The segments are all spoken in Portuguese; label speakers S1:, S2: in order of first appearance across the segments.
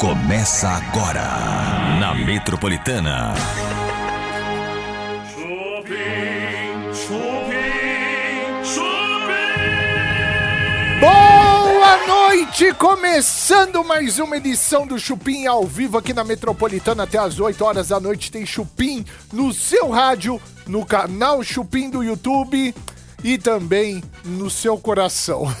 S1: Começa agora na Metropolitana.
S2: Chupim, chupim, chupim.
S3: Boa noite! Começando mais uma edição do Chupim ao vivo aqui na Metropolitana até às 8 horas da noite. Tem Chupim no seu rádio, no canal Chupim do YouTube e também no seu coração.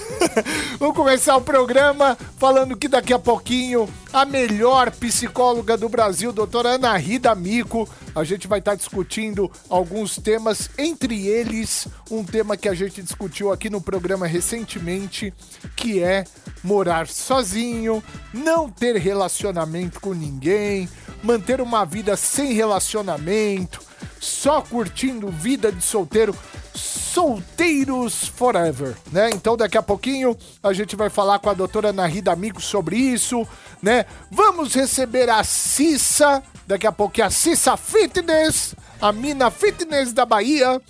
S3: Vamos começar o programa falando que daqui a pouquinho a melhor psicóloga do Brasil, doutora Ana Rida Mico, a gente vai estar discutindo alguns temas, entre eles um tema que a gente discutiu aqui no programa recentemente, que é morar sozinho, não ter relacionamento com ninguém, manter uma vida sem relacionamento, só curtindo vida de solteiro. Solteiros Forever, né? Então daqui a pouquinho a gente vai falar com a doutora Narida Amigo sobre isso, né? Vamos receber a Cissa, daqui a pouco a Cissa Fitness, a mina Fitness da Bahia.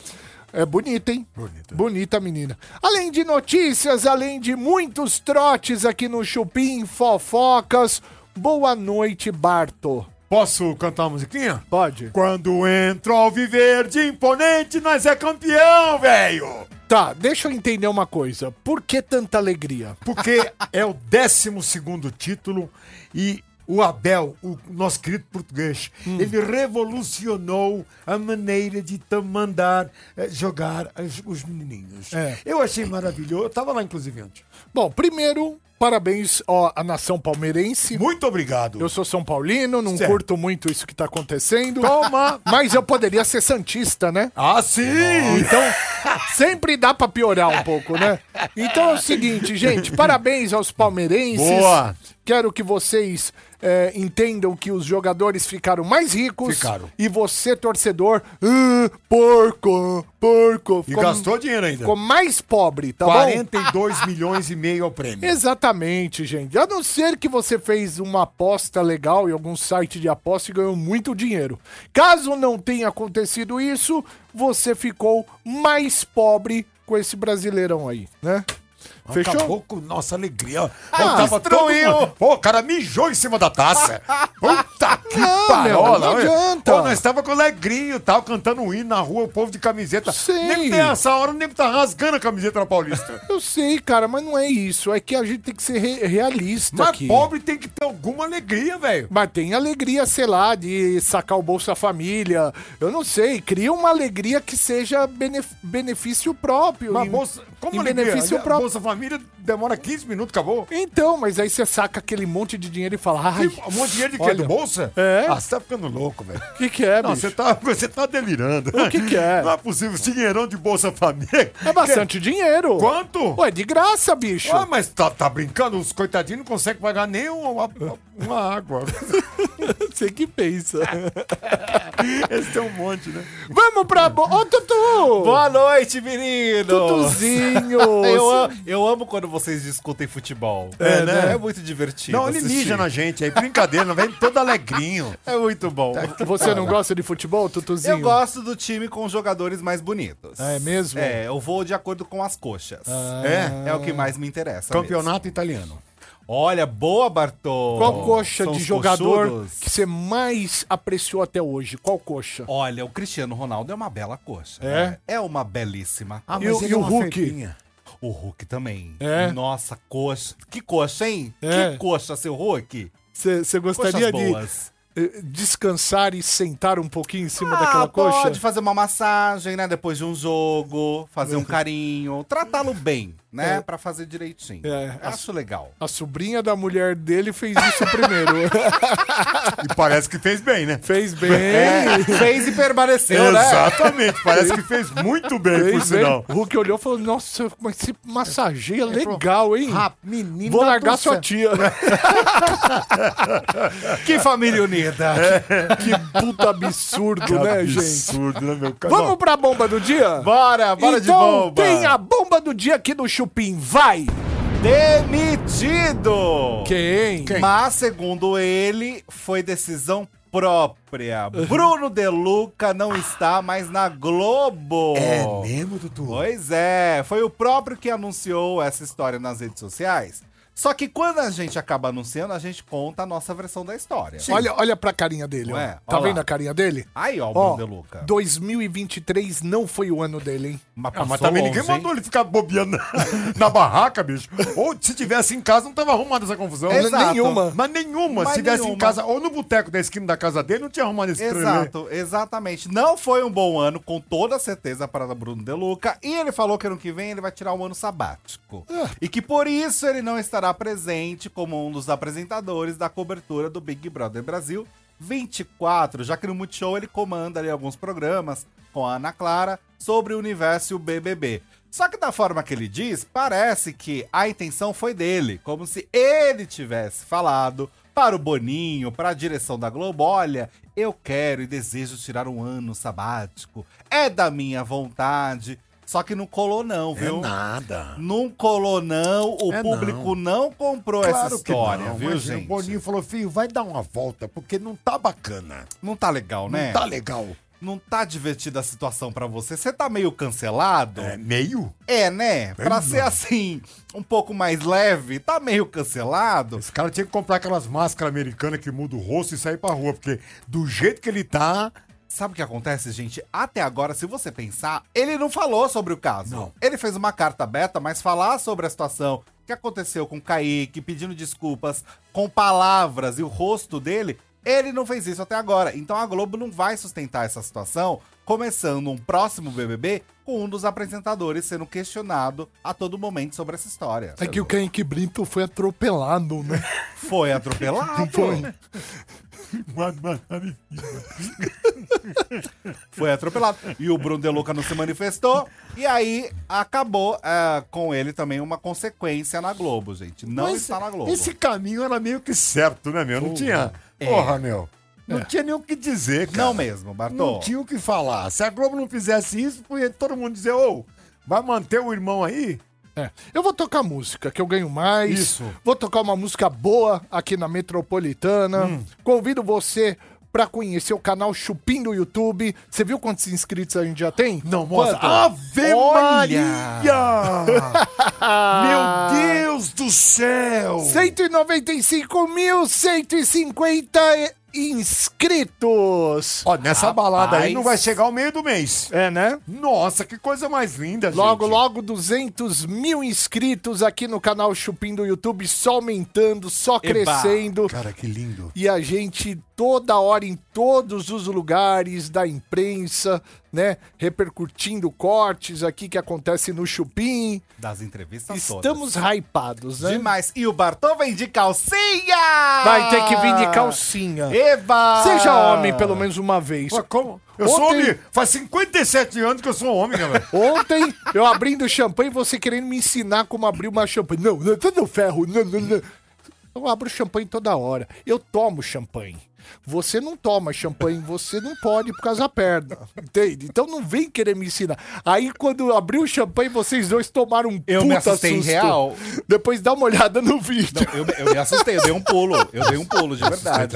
S3: É bonita, hein? Bonita. Bonita menina. Além de notícias, além de muitos trotes aqui no Chupim, fofocas. Boa noite, Barto.
S4: Posso cantar uma musiquinha?
S3: Pode?
S4: Quando entro ao viver de imponente, nós é campeão, velho!
S3: Tá, deixa eu entender uma coisa. Por que tanta alegria?
S4: Porque é o 12 título e o Abel, o nosso querido português,
S3: Hum.
S4: ele revolucionou a maneira de tam- mandar eh, jogar as- os menininhos.
S3: É.
S4: Eu achei maravilhoso. Eu tava lá, inclusive, antes.
S3: Bom, primeiro, parabéns ó, à nação palmeirense.
S4: Muito obrigado.
S3: Eu sou São Paulino, não
S4: Certo.
S3: curto muito isso que tá acontecendo.
S4: Toma!
S3: Mas eu poderia ser Santista, né?
S4: Ah, sim!
S3: Então, sempre dá pra piorar um pouco, né? Então é o seguinte, gente, parabéns aos palmeirenses.
S4: Boa.
S3: Quero que vocês eh, entendam que os jogadores ficaram mais ricos.
S4: Ficaram.
S3: E você, torcedor, "Ah, porco, porco.
S4: E
S3: ficou-
S4: gastou dinheiro ainda.
S3: Ficou mais pobre, tá bom?
S4: 42 milhões e meio ao prêmio.
S3: Exatamente, gente. A não ser que você fez uma aposta legal em algum site de aposta e ganhou muito dinheiro. Caso não tenha acontecido isso, você ficou mais pobre com esse brasileirão aí, né? Fechou?
S4: Acabou com nossa alegria. Eu
S3: Ah,
S4: tava todo
S3: destruiu.
S4: mundo- Pô, o cara mijou em cima da taça. Puta que
S3: Não,
S4: parola.
S3: meu, não
S4: olha.
S3: adianta.
S4: Pô, nós tava com alegrinho, tal, cantando um hino na rua, o povo de camiseta.
S3: Sim.
S4: Nem tem essa hora, nem tá rasgando a camiseta na Paulista.
S3: Eu sei, cara, mas não é isso. É que a gente tem que ser re- realista
S4: Mas
S3: aqui.
S4: pobre tem que ter alguma alegria, velho.
S3: Mas tem alegria, sei lá, de sacar o Bolsa Família. Eu não sei. Cria uma alegria que seja benef- benefício próprio.
S4: Mas
S3: em-
S4: bolsa, como
S3: em
S4: alegria?
S3: benefício
S4: A
S3: próprio.
S4: Bolsa Família demora 15 minutos, acabou.
S3: Então, mas aí você saca aquele monte de dinheiro e fala, ai,
S4: Um monte de dinheiro de quê?
S3: olha,
S4: Do bolsa?
S3: É.
S4: Ah, você tá ficando louco, velho.
S3: O que, que é,
S4: Não,
S3: bicho?
S4: você tá, você tá delirando.
S3: O que que é?
S4: Não é possível. Esse dinheirão de Bolsa Família.
S3: É bastante dinheiro.
S4: Quanto?
S3: Ué, de graça, bicho.
S4: Ah, mas tá, tá brincando? Os coitadinhos não conseguem pagar nem uma, uma água.
S3: Você que pensa.
S4: Esse tem um monte, né?
S3: Vamos pra... Bo... Ô, Tutu!
S5: Boa noite, menino!
S3: Tutuzinho!
S5: Eu, a- eu amo quando vocês discutem futebol.
S4: É, né?
S5: É muito divertido.
S4: não, ele
S5: assistir.
S4: mija na gente aí. Brincadeira, não vem todo alegrinho. Tá,
S5: É muito bom.
S3: Você não gosta de futebol, Tutuzinho?
S5: Eu gosto do time com os jogadores mais bonitos.
S3: Ah, é mesmo? Ah.
S5: É, eu vou de acordo com as coxas. É? É o que mais me interessa.
S4: Campeonato italiano.
S5: mesmo. Olha, boa, Bartô!
S3: Qual coxa
S5: São
S3: de
S5: os
S3: jogador
S5: coxudos?
S3: que você mais apreciou até hoje? Qual coxa?
S5: Olha, o Cristiano Ronaldo é uma bela coxa.
S3: É?
S5: né? É uma belíssima.
S4: Ah,
S3: E o- e o Hulk?
S5: O Hulk também.
S3: É?
S5: Nossa, coxa. Que coxa, hein?
S3: É.
S5: Que coxa, seu Hulk?
S3: Você você gostaria
S5: Coxas
S3: de
S5: boas.
S3: eh, descansar e sentar um pouquinho em cima
S5: Ah,
S3: daquela coxa?
S5: Pode fazer uma massagem, né? Depois de um jogo, fazer um carinho, tratá-lo bem, né? Pra fazer direitinho.
S3: É.
S5: Acho legal.
S3: A sobrinha da mulher dele fez isso primeiro.
S4: E parece que fez bem, né?
S3: fez bem.
S5: É, Fez e permaneceu, né?
S4: Exatamente. Parece que fez muito bem, por
S3: Fez bem.
S4: sinal.
S3: O Hulk olhou e falou: Nossa, mas esse massageia legal, hein?
S5: "Ah,
S4: menina
S3: Vou largar sua tia.
S5: Que família unida.
S3: que puta absurdo, né, gente?
S4: Absurdo, né, meu cara?
S3: Vamos pra bomba do dia?
S5: Bora, bora de
S3: então,
S5: bomba.
S3: tem a bomba do dia aqui no Chupim. Vai!
S5: Demitido!
S3: Quem?
S5: Mas, segundo ele, foi decisão própria. Bruno De Luca não está mais na Globo.
S4: É mesmo, Dudu?
S5: Pois é, foi o próprio que anunciou essa história nas redes sociais. Só que quando a gente acaba anunciando, a gente conta a nossa versão da história.
S3: Olha, olha pra carinha dele, ó.
S5: Ué, ó
S3: Tá
S5: lá.
S3: vendo a carinha dele?
S5: Aí, ó, o
S3: Ó,
S5: Bruno De Luca.
S3: 2023 não foi o ano dele, hein?
S5: Mas,
S4: Ah, mas
S5: passou
S4: também
S5: longe,
S4: ninguém mandou
S5: hein?
S4: ele ficar bobeando na, na barraca, bicho. Ou se tivesse em casa, não tava arrumada essa confusão.
S5: Exato.
S4: Mas nenhuma. Mas nenhuma.
S5: Mas
S4: se tivesse em
S5: nenhuma.
S4: casa ou no boteco da esquina da casa dele, não tinha arrumado esse né? trelê.
S5: Exato, exatamente. Não foi um bom ano, com toda certeza, para o Bruno De Luca. E ele falou que ano que vem ele vai tirar um ano sabático. E que por isso ele não estará presente como um dos apresentadores da cobertura do Big Brother Brasil 24, já que no Multishow ele comanda ali alguns programas com a Ana Clara sobre o universo e o BBB. Só que da forma que ele diz, parece que a intenção foi dele, como se ele tivesse falado para o Boninho, para a direção da Globo, olha, eu quero e desejo tirar um ano sabático, é da minha vontade. Só que não colou não, viu?
S4: É Nada.
S5: Não colou não, o
S4: É
S5: público não, comprou essa história, viu, gente?
S4: O Boninho falou, filho, vai dar uma volta, porque não tá bacana.
S5: Não tá legal, né?
S4: Não tá legal.
S5: não tá divertida a situação pra você. Você tá meio cancelado?
S4: É
S5: É,
S4: meio?
S5: né? Pra ser assim, um pouco mais leve, tá meio cancelado.
S4: Esse cara tinha que comprar aquelas máscaras americanas que muda o rosto e sair pra rua, porque do jeito que ele tá...
S5: Sabe o que acontece, gente? Até agora, se você pensar, ele não falou sobre o caso.
S4: Não.
S5: Ele fez uma carta aberta, mas falar sobre a situação o que aconteceu com o Kaique, pedindo desculpas com palavras e o rosto dele, ele não fez isso até agora. Então a Globo não vai sustentar essa situação, começando um próximo BBB com um dos apresentadores sendo questionado a todo momento sobre essa história.
S3: É que o Kaique Brito foi atropelado, né?
S5: Foi atropelado.
S3: Foi.
S5: Foi atropelado. E o Bruno De Luca não se manifestou. E aí acabou ah, com ele também uma consequência na Globo, gente. Não
S4: Mas
S3: é,
S5: está na Globo.
S4: Esse caminho era meio que certo, né, meu? Não tinha.
S5: É.
S4: Porra, meu. Não tinha nem o que dizer, cara.
S5: Não mesmo, Bartô.
S4: Não tinha o que falar. Se a Globo não fizesse isso, podia todo mundo dizer, ô, vai manter o irmão aí?
S3: É. Eu vou tocar música, que eu ganho mais.
S4: Isso.
S3: Vou tocar uma música boa aqui na Metropolitana.
S4: Hum.
S3: Convido você pra conhecer o canal Chupim do YouTube. Você viu quantos inscritos a gente já tem?
S4: Não, moça.
S3: Quanto?
S4: Ave
S5: Olha!
S4: Maria! meu Deus do céu!
S3: 195.150 inscritos.
S4: Ó, nessa balada aí
S5: Rapaz.
S4: não vai chegar o meio do mês.
S3: É, né?
S4: Nossa, que coisa mais linda,
S3: Logo,
S4: gente.
S3: logo, 200 mil inscritos aqui no canal Chupim do YouTube, só aumentando, só crescendo.
S4: Cara, que lindo.
S3: E a gente toda hora em todos os lugares da imprensa, né? Repercutindo cortes aqui que acontece no Chupim.
S5: Das
S3: Tá
S5: entrevistas todas.
S3: Estamos hypados, né?
S5: Demais. E o Bartô vem de calcinha!
S3: Vai ter que vir de calcinha.
S5: Eva!
S3: Seja homem pelo menos uma vez.
S4: Ué, como? Eu sou
S3: Ontem-
S4: homem. Faz 57 anos que eu sou homem, né, galera.
S3: Ontem, eu abrindo champanhe e você querendo me ensinar como abrir uma champanhe. Não, não, tudo ferro, não, não, não. Eu abro champanhe toda hora. Eu tomo champanhe. Você não toma champanhe, você não pode por causa da perna. Entende? Então não vem querer me ensinar. Aí quando abriu o champanhe, vocês dois tomaram um
S5: Eu me
S3: puta
S5: assustei
S3: susto.
S5: real.
S3: Depois dá uma olhada no vídeo.
S5: Eu, eu me assustei, eu dei um pulo. Eu dei um pulo, de verdade.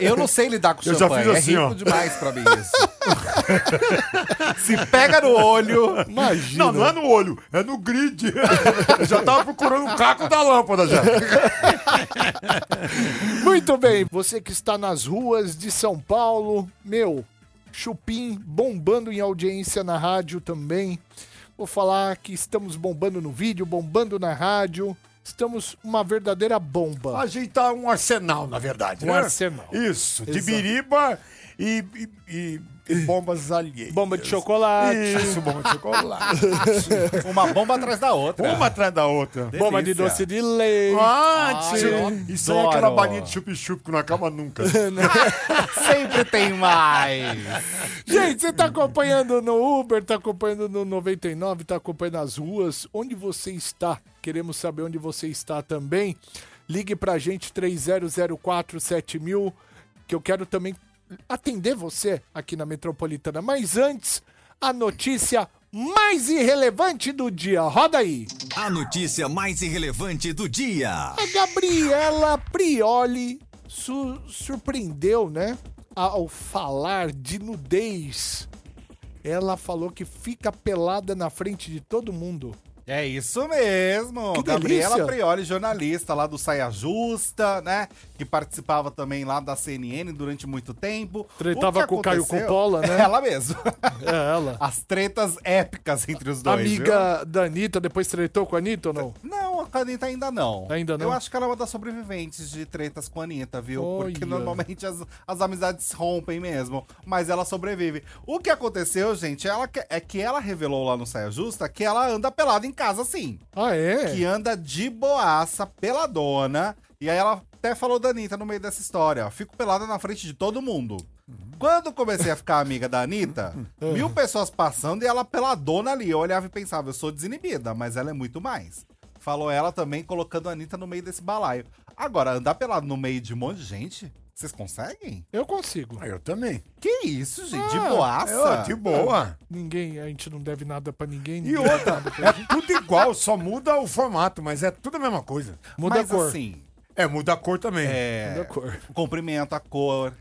S5: Eu não sei lidar com
S4: Eu já
S5: champanhe.
S4: fiz
S5: É
S4: assim,
S5: rico
S4: ó.
S5: demais pra mim isso. Se pega no olho.
S3: Imagina.
S4: Não, não é no olho, é no grid. Eu já tava procurando o caco da lâmpada já.
S3: Muito bem, você que está nas ruas de São Paulo, meu, Chupim bombando em audiência na rádio também. Vou falar que estamos bombando no vídeo, bombando na rádio. Estamos uma verdadeira bomba.
S4: Ajeitar um arsenal, na verdade.
S3: Um
S4: né?
S3: arsenal.
S4: Isso, de
S3: Exato.
S4: biriba e, e- e- e bombas alheias.
S3: Bomba de chocolate.
S4: Isso, bomba de chocolate.
S5: Uma bomba atrás da outra.
S4: Uma atrás da outra.
S3: Bomba de doce de leite.
S4: Ah,
S5: Ai,
S4: tio.
S5: eu
S4: Isso aí é aquela
S5: adoro.
S4: balinha de chup-chup que não acaba nunca.
S3: né?
S5: Sempre tem mais.
S3: Gente, você tá acompanhando no Uber, tá acompanhando no 99, tá acompanhando as ruas. Onde você está? Queremos saber onde você está também. Ligue pra gente 30047000, que eu quero também atender você aqui na Metropolitana. Mas antes, a notícia mais irrelevante do dia. Roda aí.
S1: A notícia mais irrelevante do dia.
S3: A Gabriela Prioli su- surpreendeu, né? Ao falar de nudez. Ela falou que fica pelada na frente de todo mundo.
S5: É isso mesmo.
S3: Que
S5: Gabriela
S3: delícia.
S5: Prioli, jornalista lá do Saia Justa, né? Que participava também lá da CNN durante muito tempo.
S3: Tretava
S5: O que
S3: com o Caio
S5: aconteceu-
S3: Coppola, né?
S5: Ela mesmo.
S3: É ela.
S5: As tretas épicas entre os dois. viu? É.
S3: Amiga da Anitta, depois tretou com a Anitta ou não?
S5: Não, a Anitta ainda não.
S3: Ainda não?
S5: Eu acho que ela é uma das sobreviventes de tretas com a Anitta, viu? Porque
S3: Olha.
S5: normalmente as, as amizades rompem mesmo, mas ela sobrevive. O que aconteceu, gente, ela, que- é que ela revelou lá no Saia Justa que ela anda pelada em casa, sim.
S3: Ah, é?
S5: Que anda de boaça, peladona. E aí ela até falou da Anitta no meio dessa história. ó, Fico pelada na frente de todo mundo.
S3: Uhum.
S5: Quando comecei a ficar amiga da Anitta,
S3: É.
S5: mil pessoas passando e ela peladona ali. Eu olhava e pensava, eu sou desinibida, mas ela é muito mais. Falou ela também, colocando a Anitta no meio desse balaio. Agora, andar pelado no meio de um monte de gente, vocês conseguem?
S3: Eu consigo.
S4: Ah, eu também.
S5: Que isso, gente? de
S3: Ah,
S5: boaça?
S4: É, de boa.
S3: Ninguém, a gente não deve nada pra ninguém.
S4: E
S3: ninguém
S4: outra,
S3: deve nada pra
S4: é
S3: gente.
S4: tudo igual, só muda o formato, mas é tudo a mesma coisa.
S3: Muda
S5: mas
S3: a cor.
S5: assim,
S4: É, muda a cor também.
S3: Muda a
S5: é...
S3: cor.
S5: O comprimento, a cor,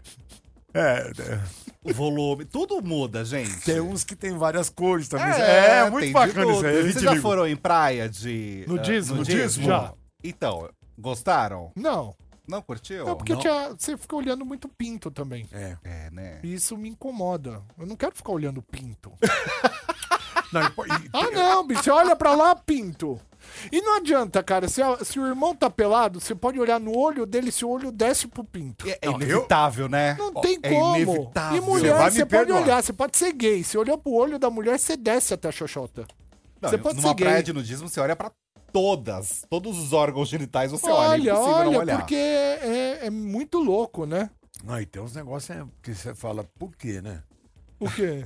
S4: É, é.
S5: o volume, tudo muda, gente.
S4: Tem
S3: um
S4: uns que tem várias cores também. É, é muito
S5: tem
S4: bacana
S5: de
S4: isso aí.
S5: tudo.
S4: Vitiligo.
S5: Vocês já foram em praia de.
S3: Nudismo?
S5: eh,
S3: Nudismo? Já.
S5: Então, gostaram?
S3: Não,
S5: Não curtiu?
S3: é porque
S5: Oh, Não.
S3: tinha- você fica olhando muito pinto também.
S4: É.
S5: É, né?
S3: E isso me incomoda. Eu não quero ficar olhando pinto.
S4: Não, e po- e-
S3: Ah, não, bicho. Você olha pra lá, pinto. E não adianta, cara. Se, a- se o irmão tá pelado, você pode olhar no olho dele se o olho desce pro pinto.
S5: É, é
S4: Não, eu-
S5: inevitável, né?
S3: Não tem
S5: é
S3: como.
S5: inevitável.
S3: E
S4: Você vai
S3: mulher,
S4: me
S3: você pode
S4: perdoar.
S3: olhar, você pode ser gay. Se olhar pro olho da mulher, você desce até a xoxota.
S5: Não,
S3: você pode
S5: numa
S3: ser gay.
S5: praia de nudismo, você olha pra todas. Todos os órgãos genitais você olha. É
S3: olha,
S5: impossível não
S3: olha,
S5: olhar.
S3: porque é, é muito louco, né?
S4: não, e tem uns negócios é, que você fala, por quê, né?
S3: O quê?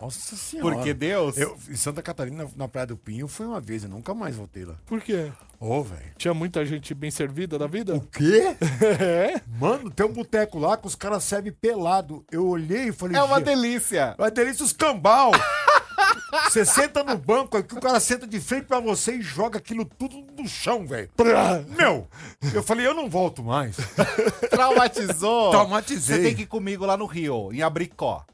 S4: Nossa senhora.
S5: Porque Deus.
S4: Eu, em Santa Catarina, na Praia do Pinho, foi uma vez, eu nunca mais voltei lá.
S3: Por quê?
S4: Ô, velho.
S3: Tinha muita gente bem servida da vida?
S4: Quê?
S3: É.
S4: Mano, tem um boteco lá que os caras servem pelado. Eu olhei e falei,
S5: É uma
S4: "Gê,
S5: delícia.
S4: Vai delícia os cambal. Você senta no banco, aí que o cara senta de frente pra você e joga aquilo tudo no chão, velho. Meu, eu falei, eu não volto mais.
S5: Traumatizou.
S4: Traumatizei.
S5: Você tem que ir comigo lá no Rio, em Abricó.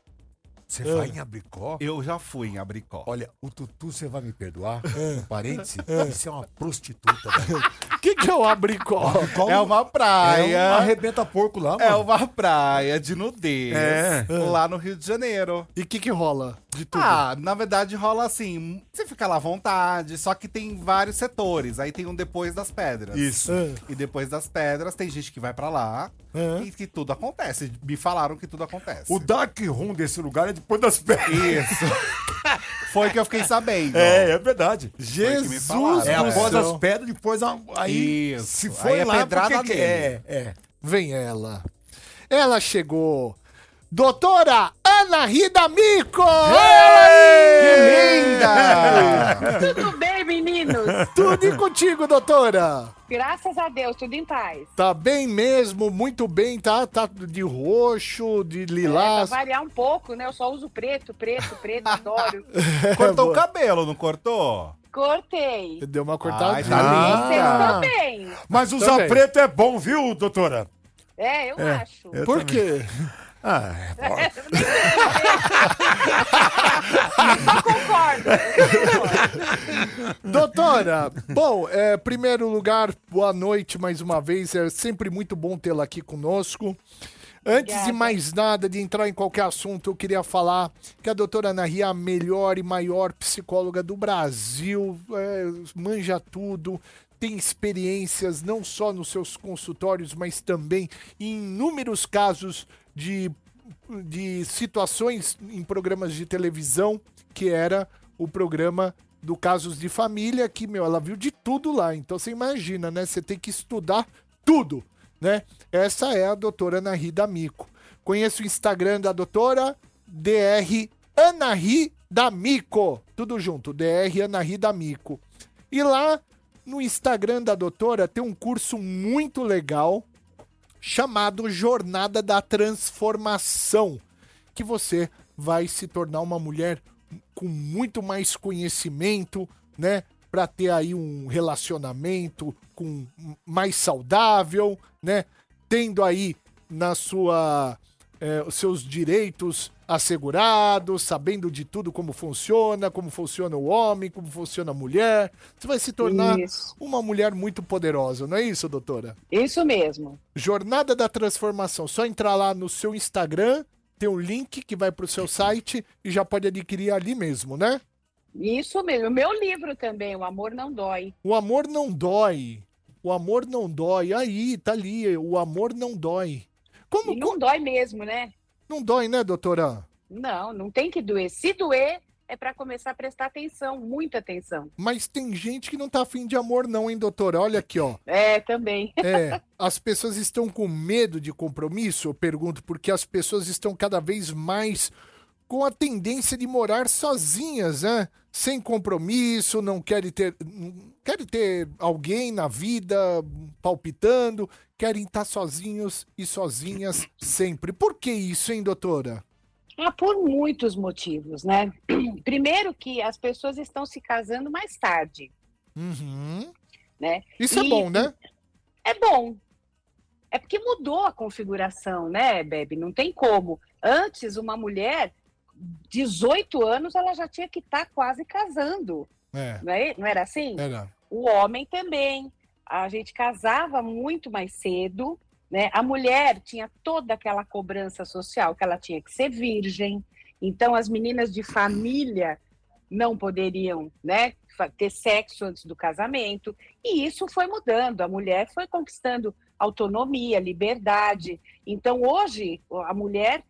S4: Você
S5: É.
S4: vai em Abricó?
S5: Eu já fui em Abricó.
S4: Olha, o Tutu, você vai me perdoar? Um Parêntese, isso é uma prostituta, velho.
S3: O que, que é o abricó?
S5: É uma praia.
S4: É um arrebenta porco lá,
S5: É
S4: mano.
S5: uma praia de nudez
S4: É.
S5: lá no Rio de Janeiro.
S3: E o que, que rola? De tudo.
S5: Ah, na verdade rola assim, você fica lá à vontade, só que tem vários setores. Aí tem um depois das pedras.
S4: Isso.
S5: E depois das pedras tem gente que vai pra lá
S3: É.
S5: e que tudo acontece. Me falaram que tudo acontece.
S4: O dark room desse lugar é depois das pernas.
S5: Isso. Foi que eu fiquei sabendo.
S4: É, é verdade.
S5: que me falaram.
S3: Jesus
S4: É
S3: do
S4: após
S3: céu.
S4: as pedras, depois a- aí
S5: Isso.
S4: se for
S5: Aí é
S4: lá,
S5: pedrada
S4: porque que-
S5: nele.
S4: é, é.
S3: Vem ela. Ela chegou. Doutora Ana Rida Mico! Que
S5: Linda!
S6: Tudo bem, meninos?
S3: Tudo e contigo, doutora?
S6: Graças a Deus, tudo em paz.
S3: Tá bem mesmo, muito bem, tá? Tá de roxo, de
S6: Pra
S3: lilás.
S6: variar um pouco, né? Eu só uso preto, preto, preto, adoro.
S4: é
S5: cortou o cabelo, não cortou?
S6: Cortei.
S3: Deu uma
S5: Ai,
S3: cortadinha.
S5: tá
S4: Ah.
S6: Vocês também.
S4: Mas usar
S3: Também.
S4: preto é bom, viu, doutora?
S6: É, eu acho.
S4: eu-
S3: Por quê?
S4: Ah, é bom.
S6: Eu concordo. Eu concordo.
S3: Doutora, bom, é, primeiro lugar, boa noite mais uma vez. É sempre muito bom tê-la aqui conosco. Antes de
S6: Obrigada.
S3: mais nada, de entrar em qualquer assunto, eu queria falar que a doutora Ana Ria é a melhor e maior psicóloga do Brasil, é, manja tudo, tem experiências não só nos seus consultórios, mas também em inúmeros casos de, de situações em programas de televisão, que era o programa do Casos de Família, que, meu, ela viu de tudo lá. Então você imagina, né? Você tem que estudar tudo, né? Essa é a doutora Anahi da Mico. Conheço o Instagram da doutora, DR Anahi da Mico. Tudo junto, DR Anahi da Mico. E lá no Instagram da doutora tem um curso muito legal chamado Jornada da Transformação, que você vai se tornar uma mulher com muito mais conhecimento, né? Para ter aí um relacionamento com mais saudável, né? Tendo aí na sua eh, os seus direitos assegurado, sabendo de tudo como funciona, como funciona o homem, como funciona a mulher. Você vai se tornar
S6: Isso.
S3: uma mulher muito poderosa, não é isso, doutora?
S6: Isso mesmo.
S3: Jornada da Transformação. Só entrar lá no seu Instagram, tem um link que vai pro seu site e já pode adquirir ali mesmo, né?
S6: Isso mesmo. Meu livro também, O Amor Não Dói.
S3: O amor não dói. O amor não dói. Aí, tá ali. O amor não dói. Como
S6: E
S3: co-
S6: não dói mesmo, né?
S3: não dói, né, doutora?
S6: Não, não tem que doer. Se doer, é para começar a prestar atenção, muita atenção.
S3: Mas tem gente que não tá afim de amor, não, hein, doutora? Olha aqui, ó.
S6: É, também.
S3: É, as pessoas estão com medo de compromisso? Eu pergunto, porque as pessoas estão cada vez mais com a tendência de morar sozinhas, né? Sem compromisso, não querem ter, não querem ter alguém na vida palpitando, querem estar sozinhos e sozinhas sempre. Por que isso, hein, doutora?
S6: Ah, por muitos motivos, né? Primeiro que as pessoas estão se casando mais tarde.
S3: Uhum.
S6: Né?
S3: Isso é
S6: E-
S3: bom, né?
S6: É bom. É porque mudou a configuração, né, Bebe? Não tem como. Antes, uma mulher, 18 anos, ela já tinha que estar quase casando.
S3: É,
S6: Não, é? não era assim?
S3: era.
S6: O homem também. A gente casava muito mais cedo, né? A mulher tinha toda aquela cobrança social que ela tinha que ser virgem. Então as meninas de família não poderiam, né, fa- ter sexo antes do casamento. E isso foi mudando. A mulher foi conquistando autonomia, liberdade. Então hoje a mulher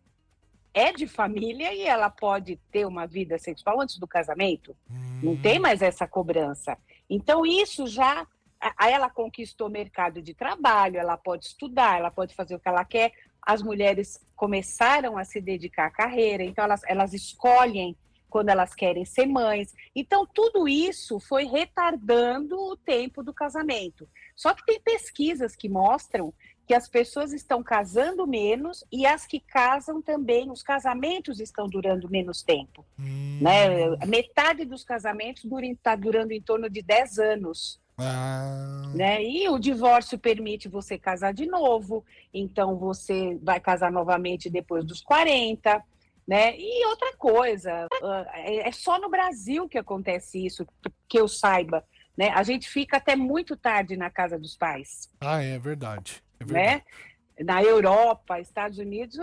S6: é de família e ela pode ter uma vida sexual antes do casamento. Não tem mais essa cobrança. Então, isso já. a- a- Ela conquistou mercado de trabalho, ela pode estudar, ela pode fazer o que ela quer. As mulheres começaram a se dedicar à carreira, então elas, elas escolhem quando elas querem ser mães. Então, tudo isso foi retardando o tempo do casamento. Só que tem pesquisas que mostram que as pessoas estão casando menos e as que casam também, os casamentos estão durando menos tempo
S3: Hum.
S6: né? Metade dos casamentos está durando em torno de 10 anos.
S3: Ah,
S6: Né? E o divórcio permite você casar de novo, então você vai casar novamente depois dos 40. Né? E outra coisa, ah, é é só no Brasil que acontece isso, que eu saiba. Né? A gente fica até muito tarde na casa dos pais.
S3: ah, é verdade. É verdade.
S6: Né? Na Europa, Estados Unidos,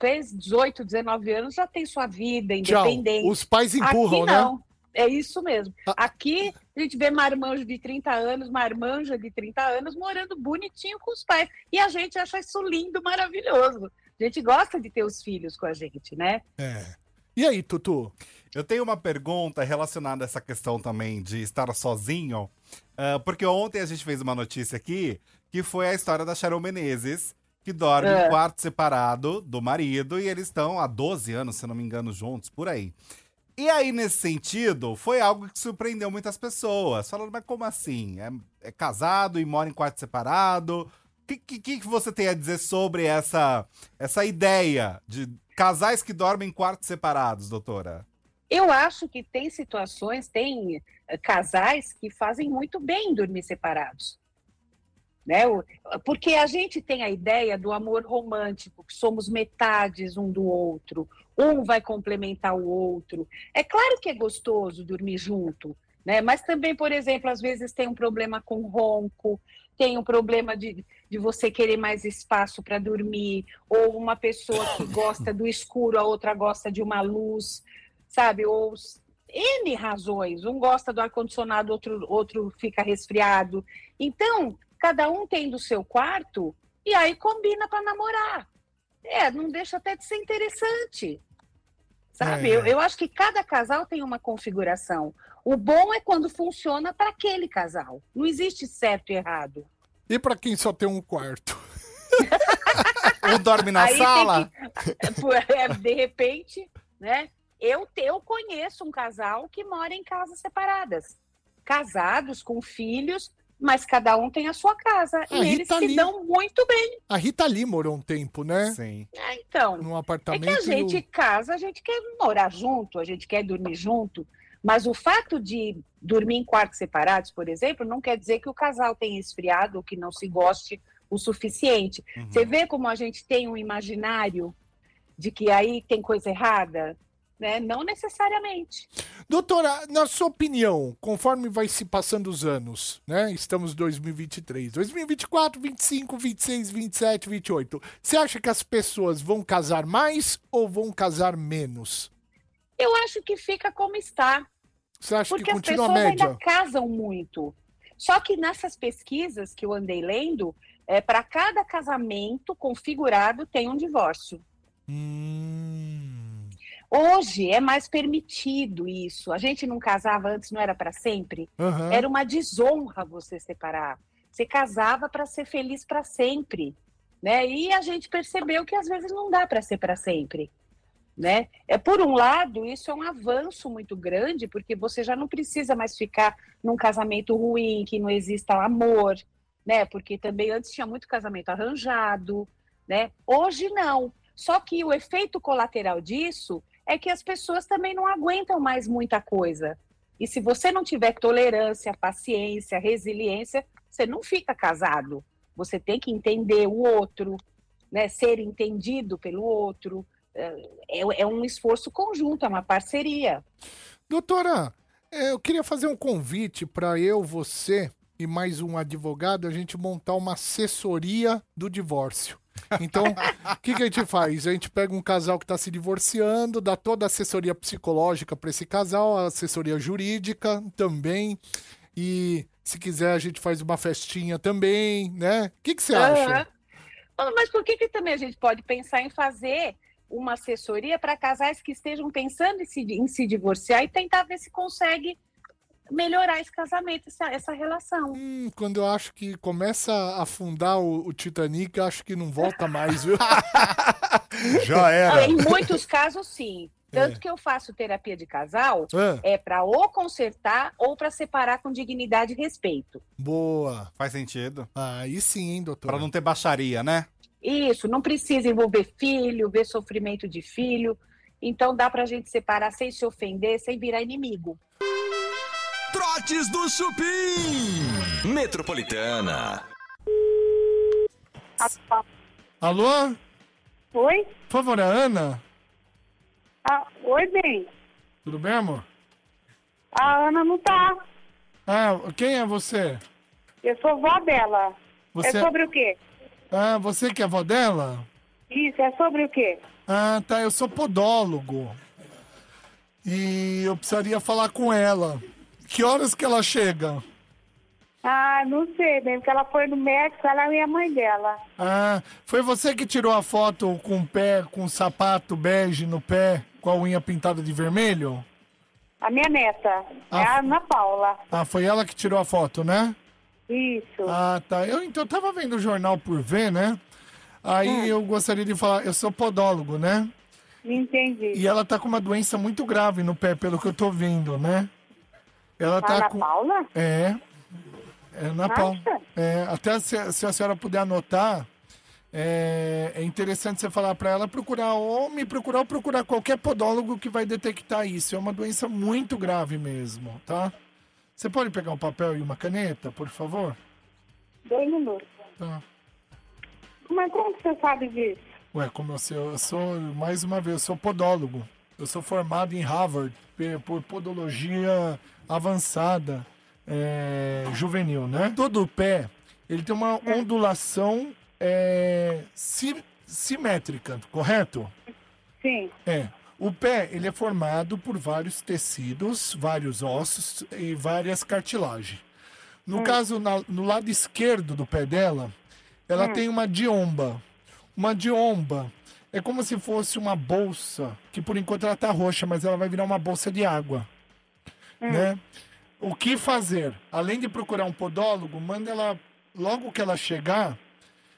S6: fez 18, 19 anos, já tem sua vida
S3: Tchau.
S6: independente.
S3: Os pais empurram,
S6: Aqui
S3: né? Ah.
S6: não. É isso mesmo. Aqui a gente vê marmanjo de 30 anos, marmanja de 30 anos, morando bonitinho com os pais. E a gente acha isso lindo, maravilhoso. A gente gosta de ter os filhos com a gente, né?
S3: É. E aí, Tutu?
S5: Eu tenho uma pergunta relacionada a essa questão também de estar sozinho, ah, porque ontem a gente fez uma notícia aqui que foi a história da Sharon Menezes, que dorme
S6: É.
S5: em quarto separado do marido e eles estão há 12 anos, se não me engano, juntos, por aí. E aí, nesse sentido, foi algo que surpreendeu muitas pessoas, falando, mas como assim? É, é casado e mora em quarto separado? O que, que, que você tem a dizer sobre essa, essa ideia de casais que dormem em quartos separados, doutora?
S6: Eu acho que tem situações, tem eh, casais que fazem muito bem dormir separados. Né? O- Porque a gente tem a ideia do amor romântico, que somos metades um do outro, um vai complementar o outro. É claro que é gostoso dormir junto, né? mas também, por exemplo, às vezes tem um problema com ronco, tem um problema de, de você querer mais espaço para dormir, ou uma pessoa que gosta do escuro, a outra gosta de uma luz sabe? Ou s- N razões. Um gosta do ar-condicionado, outro, outro fica resfriado. Então, cada um tem do seu quarto e aí combina para namorar. É, não deixa até de ser interessante. Sabe?
S3: É.
S6: Eu, eu acho que cada casal tem uma configuração. O bom é quando funciona para aquele casal. Não existe certo e errado.
S3: E pra quem só tem um quarto?
S5: Um dorme na
S6: Aí tem ah,
S5: sala?
S6: Por- é, De repente, né? Eu, te- eu conheço um casal que mora em casas separadas. Casados, com filhos, mas cada um tem a sua casa.
S3: Ah,
S6: e
S3: e
S6: eles
S3: tá
S6: se
S3: ali.
S6: dão muito bem.
S3: A Rita Lee morou um tempo, né?
S5: Sim.
S6: Ah, então,
S3: Num
S6: é
S3: apartamento.
S6: que a
S3: e o-
S6: gente casa, a gente quer morar junto, a gente quer dormir junto. Mas o fato de dormir em quartos separados, por exemplo, não quer dizer que o casal tenha esfriado ou que
S3: Uhum.
S6: não se goste o suficiente. Você vê como a gente tem um imaginário de que aí tem coisa errada? Né? Não necessariamente.
S3: Doutora, na sua opinião, conforme vai se passando os anos, né? Estamos em 2023, 2024, 25, 26, 27, 28. Você acha que as pessoas vão casar mais ou vão casar menos?
S6: Eu acho que fica como está,
S3: Você acha
S6: porque
S3: que
S6: as
S3: continua a
S6: pessoas
S3: média?
S6: ainda casam muito. Só que nessas pesquisas que eu andei lendo, é, para cada casamento configurado tem um divórcio.
S3: Hum.
S6: Hoje é mais permitido isso. A gente não casava antes, não era para sempre.
S3: Aham.
S6: Era uma desonra você separar. Você casava para ser feliz para sempre, né? E a gente percebeu que às vezes não dá para ser para sempre, né? É por um lado, isso é um avanço muito grande, porque você já não precisa mais ficar num casamento ruim, que não exista amor, né? Porque também antes tinha muito casamento arranjado, né? Hoje não. Só que o efeito colateral disso é que as pessoas também não aguentam mais muita coisa. E se você não tiver tolerância, paciência, resiliência, você não fica casado. Você tem que entender o outro, né? ser entendido pelo outro. É, é- é um esforço conjunto, é uma parceria.
S3: Doutora, eh, eu queria fazer um convite para eu, você e mais um advogado a gente montar uma assessoria do divórcio. Então, o que, que a gente faz? A gente pega um casal que está se divorciando, dá toda a assessoria psicológica para esse casal, a assessoria jurídica também. E se quiser, a gente faz uma festinha também, né? O que, que você acha?
S6: Aham. Ah, Mas por que, que também a gente pode pensar em fazer uma assessoria para casais que estejam pensando em se, em se divorciar e tentar ver se consegue melhorar esse casamento, essa, essa relação?
S3: Hum, quando eu acho que começa a afundar o, o Titanic, eu acho que não volta mais, viu?
S4: Já
S6: Ah,
S3: É.
S4: era.
S6: em muitos casos, sim. Tanto que eu faço terapia de casal
S3: Ah,
S6: é para ou consertar ou para separar com dignidade e respeito.
S3: boa.
S5: Faz sentido.
S3: Aí sim, hein, doutora?
S5: Pra não ter baixaria, né?
S6: Isso, não precisa envolver filho, ver sofrimento de filho. Então dá para a gente separar sem se ofender, sem virar inimigo.
S1: Trotes do Chupim. Metropolitana.
S3: Alô?
S7: Oi?
S3: Por favor, é a Ana?
S7: Ah, oi, bem.
S3: Tudo bem, amor?
S7: A Ana não tá.
S3: Ah, quem é você?
S7: Eu sou vó dela.
S3: Você
S7: É sobre o quê?
S3: Ah, você que é avó dela?
S7: Isso, é sobre o quê?
S3: Ah, tá, eu sou podólogo. E eu precisaria falar com ela. Que horas que ela chega?
S7: Ah, não sei, bem, porque ela foi no médico, ela e a mãe dela.
S3: Ah, foi você que tirou a foto com o pé, com o sapato bege no pé, com a unha pintada de vermelho?
S7: A minha neta. É
S3: Ah.
S7: a Ana Paula.
S3: Ah, foi ela que tirou a foto, né?
S7: Isso.
S3: Ah, tá. Eu então tava vendo o jornal por ver, né? Aí eu gostaria de falar, eu sou podólogo, né?
S7: Entendi.
S3: E ela tá com uma doença muito grave no pé, pelo que eu tô vendo, né? Ela
S7: A Ana
S3: tá com.
S7: Paula?
S3: É. É na pau.
S7: Nossa.
S3: É, até se, a- se a senhora puder anotar, é, é interessante você falar pra ela procurar ou me procurar ou procurar qualquer podólogo que vai detectar isso. É uma doença muito grave mesmo, tá? Você pode pegar um papel e uma caneta, por favor?
S7: Dois minutos.
S3: Tá.
S7: Mas como que você sabe disso?
S3: Ué, como eu sou, eu sou, mais uma vez, eu sou podólogo. Eu sou formado em Harvard pe- por podologia avançada é, juvenil, né? Todo pé, ele tem uma ondulação é, si- simétrica, correto?
S7: Sim.
S3: É. O pé, ele é formado por vários tecidos, vários ossos e várias cartilagens. No caso, na- no lado esquerdo do pé dela, ela tem uma diomba. Uma diomba é como se fosse uma bolsa, que por enquanto ela tá roxa, mas ela vai virar uma bolsa de água. Né? O que fazer? Além de procurar um podólogo, manda ela, logo que ela chegar,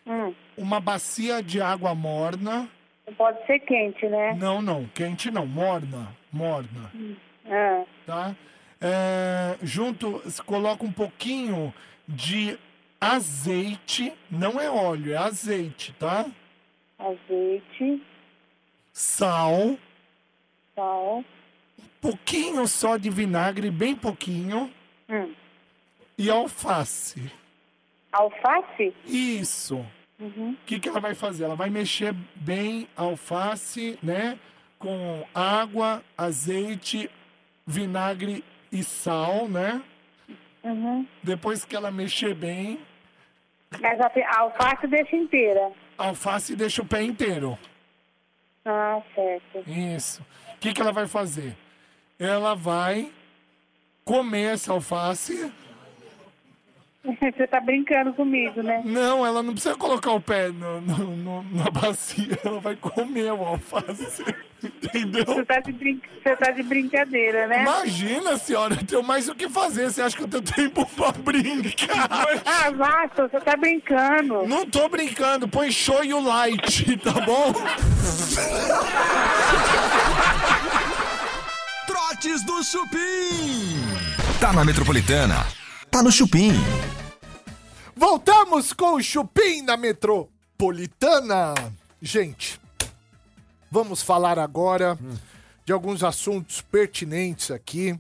S7: Hum.
S3: uma bacia de água morna.
S7: Não pode ser quente, né?
S3: Não, não, quente não, morna, morna,
S7: Ah.
S3: tá? É, junto, se coloca um pouquinho de azeite, não é óleo, é azeite, tá?
S7: Azeite,
S3: Sal,
S7: sal.
S3: pouquinho só de vinagre, bem pouquinho,
S7: Hum.
S3: e alface.
S7: Alface?
S3: Isso.
S7: Uhum.
S8: O que, que ela vai fazer? Ela vai mexer bem a alface, né? Com água, azeite, vinagre e sal, né?
S7: Uhum.
S8: Depois que ela mexer bem,
S7: Mas a a alface deixa inteira.
S8: a alface deixa o pé inteiro.
S7: Ah, certo.
S8: Isso. O que, que ela vai fazer? Ela vai comer essa alface.
S7: Você tá brincando comigo, né?
S8: Não, ela não precisa colocar o pé no, no- no- na bacia. Ela vai comer o alface. Entendeu?
S7: Você tá de, brin... Você tá de brincadeira, né?
S8: Imagina, senhora, eu tenho mais o que fazer. Você acha que eu tenho tempo pra brincar?
S7: Ah, Vasco, você tá brincando.
S8: Não tô brincando, põe show e o light, tá bom?
S1: Trotes do Chupim. Tá na Metropolitana. Tá no Chupim.
S3: Voltamos com o Chupim na Metropolitana. Gente, vamos falar agora de alguns assuntos pertinentes aqui.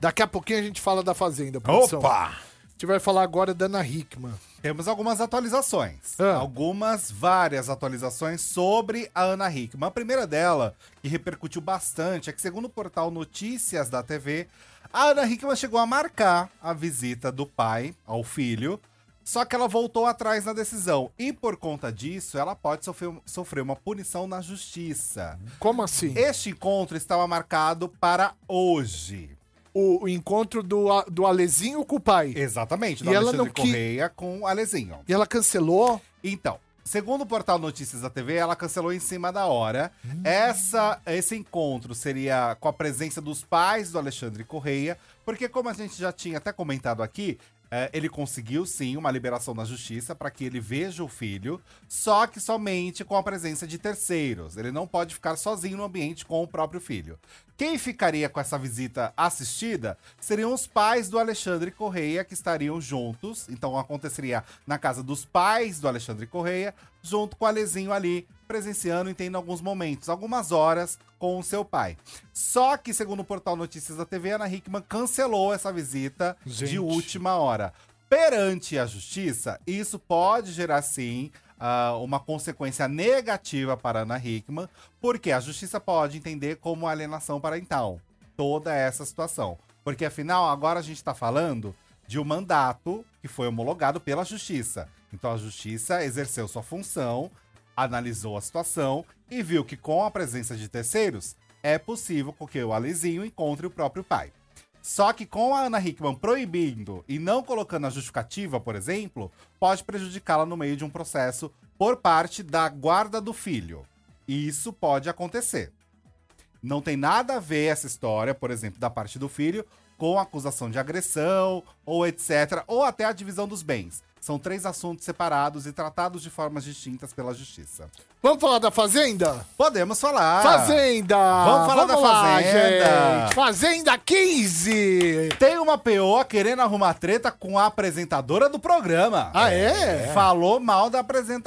S3: Daqui a pouquinho a gente fala da Fazenda, produção.
S4: Opa!
S3: A gente vai falar agora da Ana Hickman.
S5: Temos algumas atualizações.
S3: Ah.
S5: Algumas, várias atualizações sobre a Ana Hickman. A primeira dela, que repercutiu bastante, é que, segundo o portal Notícias da TV, a Ana Hickman chegou a marcar a visita do pai ao filho, só que ela voltou atrás na decisão. E por conta disso, ela pode sofrer, sofrer uma punição na justiça.
S3: Como assim?
S5: Este encontro estava marcado para hoje.
S3: O, o encontro do, A- do Alezinho com o pai.
S5: Exatamente,
S3: E
S5: do
S3: ela
S5: Alexandre
S3: não que-
S5: Correia com o Alezinho.
S3: E ela cancelou?
S5: Então, segundo o portal Notícias da TV, ela cancelou em cima da hora.
S3: Hum.
S5: Essa, esse encontro seria com a presença dos pais do Alexandre Correia, porque, como a gente já tinha até comentado aqui, eh, ele conseguiu sim uma liberação na justiça para que ele veja o filho, só que somente com a presença de terceiros. Ele não pode ficar sozinho no ambiente com o próprio filho. Quem ficaria com essa visita assistida seriam os pais do Alexandre Correia, que estariam juntos. Então aconteceria na casa dos pais do Alexandre Correia, junto com o Alezinho ali, presenciando e tendo alguns momentos, algumas horas com o seu pai. Só que, segundo o portal Notícias da TV, Ana Hickman cancelou essa visita
S3: Gente.
S5: de última hora. Perante a justiça, isso pode gerar sim ah, uma consequência negativa para Ana Hickman, porque a justiça pode entender como alienação parental toda essa situação. Porque afinal, agora a gente está falando de um mandato que foi homologado pela justiça. Então a justiça exerceu sua função, analisou a situação e viu que com a presença de terceiros é possível com que o Alezinho encontre o próprio pai. Só que com a Ana Hickman proibindo e não colocando a justificativa, por exemplo, pode prejudicá-la no meio de um processo por parte da guarda do filho. E isso pode acontecer. Não tem nada a ver essa história, por exemplo, da parte do filho, com acusação de agressão, ou etc., ou até a divisão dos bens. São três assuntos separados e tratados de formas distintas pela justiça.
S3: Vamos falar da Fazenda?
S5: Podemos falar.
S3: Fazenda!
S5: Ah. Vamos falar da Fazenda.
S3: gente. Fazenda 15!
S5: Tem uma POA querendo arrumar treta com a apresentadora do programa.
S3: Ah, é?
S5: Falou mal da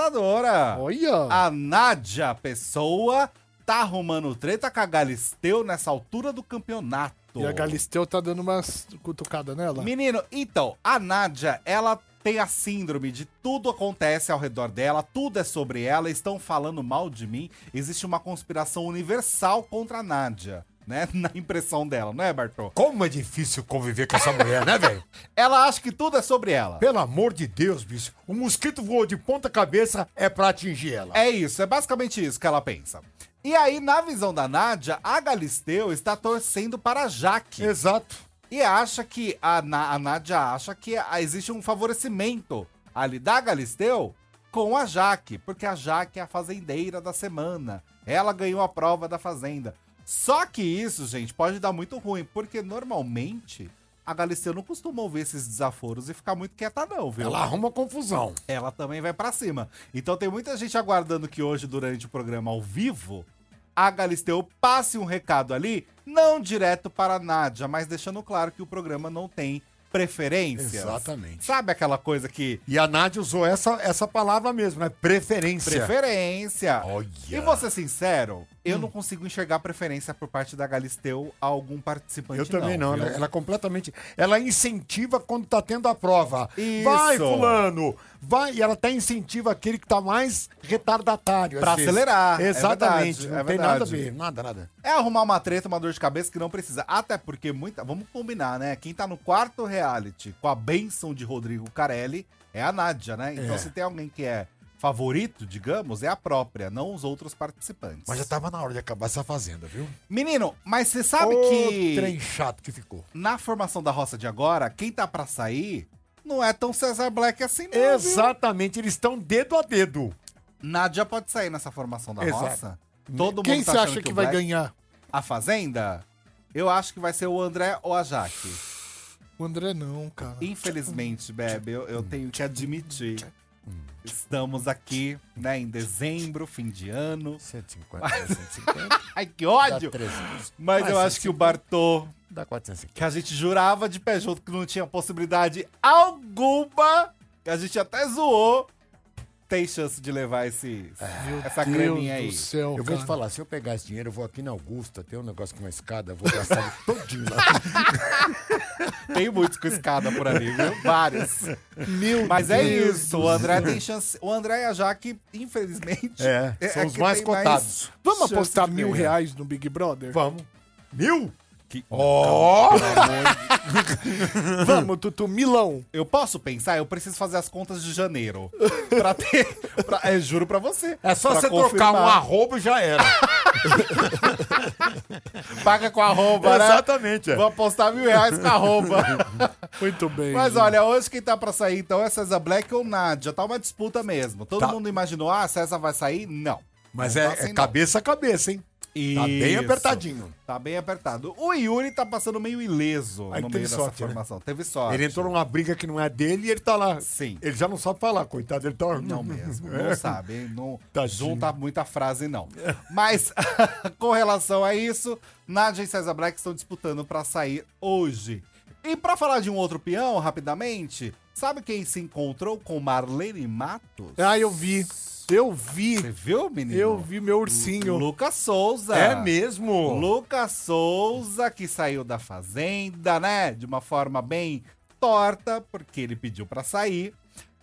S5: apresentadora.
S3: Olha!
S5: A Nádia Pessoa tá arrumando treta com a Galisteu nessa altura do campeonato.
S3: E a Galisteu tá dando umas cutucadas nela.
S5: Menino, então, a Nádia, ela tem a síndrome de tudo acontece ao redor dela, tudo é sobre ela, estão falando mal de mim. Existe uma conspiração universal contra a Nádia, né? Na impressão dela, não é, Bartô?
S4: Como é difícil conviver com essa mulher, né, velho?
S5: Ela acha que tudo é sobre ela.
S4: Pelo amor de Deus, bicho. O mosquito voou de ponta cabeça é pra atingir ela.
S5: É isso, é basicamente isso que ela pensa. E aí, na visão da Nádia, a Galisteu está torcendo para a Jaque.
S4: Exato.
S5: E acha que a, Na- a Nádia acha que ah, existe um favorecimento ali da Galisteu com a Jaque, porque a Jaque é a fazendeira da semana. Ela ganhou a prova da fazenda. Só que isso, gente, pode dar muito ruim, porque normalmente a Galisteu não costuma ouvir esses desaforos e ficar muito quieta, não, viu?
S4: Ela arruma confusão.
S5: ela também vai pra cima. Então tem muita gente aguardando que hoje, durante o programa ao vivo, a Galisteu passe um recado ali, não direto para a Nádia, mas deixando claro que o programa não tem preferências.
S4: Exatamente.
S5: Sabe aquela coisa que.
S4: E a Nádia usou essa, essa palavra mesmo, né? Preferência.
S5: Preferência.
S4: Olha. Hum.
S5: E vou ser sincero, Eu não consigo enxergar preferência por parte da Galisteu a algum participante.
S4: Eu também não,
S5: viu?
S4: né? Ela completamente. Ela incentiva quando tá tendo a prova.
S5: Isso.
S4: Vai, fulano! Vai! E ela até incentiva aquele que tá mais retardatário. às
S5: Pra
S4: vezes.
S5: acelerar, é
S4: Exatamente.
S5: verdade,
S4: não
S5: é
S4: tem nada a
S5: verdade.
S4: ver. Nada, nada.
S5: É arrumar uma treta, uma dor de cabeça que não precisa. Até porque muita. Vamos combinar, né? Quem tá no quarto reality com a benção de Rodrigo Carelli é a Nádia, né? Então
S4: É.
S5: se tem alguém que é favorito, digamos, é a própria, não os outros participantes.
S4: Mas
S3: tá-
S4: já tava na hora de acabar essa fazenda, viu?
S5: Menino, mas você sabe
S4: Ô,
S5: que
S4: trem chato que ficou.
S5: na formação da roça de agora, quem tá pra sair não é tão Cesar Black assim, não. Exato.
S4: Exatamente, eles estão dedo a dedo.
S5: Nádia pode sair nessa formação da
S4: Exato.
S5: roça. Todo
S3: Quem
S5: mundo
S3: você
S5: tá achando
S3: acha que,
S5: o
S3: vai
S5: Black-
S3: ganhar?
S5: A Fazenda? Eu acho que vai ser o André ou a Jaque.
S3: O André não, cara.
S5: Infelizmente, Bebe, eu, eu tenho que admitir. Estamos aqui, né, em dezembro, fim de ano.
S4: 150, 150.
S5: Ai, que ódio!
S4: 300.
S5: Mas eu acho que o Bartô,
S4: Dá 450.
S5: que a gente jurava de pé junto que não tinha possibilidade alguma, que a gente até zoou, tem chance de levar esse, essa
S3: Meu
S5: creminha
S3: Deus
S5: aí.
S3: do céu,
S4: Eu vou te
S3: cara.
S4: falar, se eu pegar esse dinheiro, eu vou aqui na Augusta, tem um negócio com uma escada, vou gastar ele todinho lá.
S5: Tem muitos com escada por ali, viu? Vários.
S3: Meu
S5: Mas é
S3: Deus
S5: isso,
S3: do
S5: o André tem chance. O André e a Jaque, infelizmente,
S4: É, são os
S5: que
S4: mais
S5: tem
S4: cotados.
S3: Vamos
S5: chance
S3: apostar
S5: de
S3: mil
S5: ganhar.
S3: reais no Big Brother?
S4: Vamos. Mil?
S3: Vamos, Tutu, milão.
S5: Eu posso pensar, eu preciso fazer as contas de janeiro. Pra ter. pra- é, juro pra você.
S4: É só
S5: Pra
S4: você
S5: confirmar.
S4: trocar um arroba e já era.
S5: Paga com arroba, né?
S4: Exatamente. é.
S5: Vou apostar mil reais com arroba.
S3: Muito bem.
S5: Mas
S3: gente.
S5: olha, hoje quem tá pra sair então é César Black ou Nádia. Tá uma disputa mesmo. Todo
S4: Tá.
S5: mundo imaginou, ah, César vai sair? Não.
S4: Mas
S5: Não
S4: é,
S5: tá assim,
S4: é
S5: não.
S4: cabeça a cabeça, hein? Tá bem
S5: Isso.
S4: apertadinho.
S5: Tá bem apertado. O Yuri tá passando meio ileso
S4: Aí
S5: no
S4: teve
S5: meio dessa
S4: sorte, né?
S5: formação. Teve sorte.
S4: Ele entrou numa briga que não é dele e ele tá lá.
S5: Sim.
S4: Ele já não sabe falar, coitado. Ele tá.
S5: Não mesmo, não sabe, hein? não
S4: Tadinho.
S5: junta muita frase não. Mas com relação a isso, Nadia e César Black estão disputando pra sair hoje. E pra falar de um outro peão rapidamente, sabe quem se encontrou com Marlene Matos?
S3: Ah, eu vi. Eu vi.
S5: Você viu, menino?
S3: Eu vi meu ursinho.
S5: Lucas Souza.
S4: É mesmo.
S5: Lucas Souza, que saiu da Fazenda, né? De uma forma bem torta, porque ele pediu pra sair.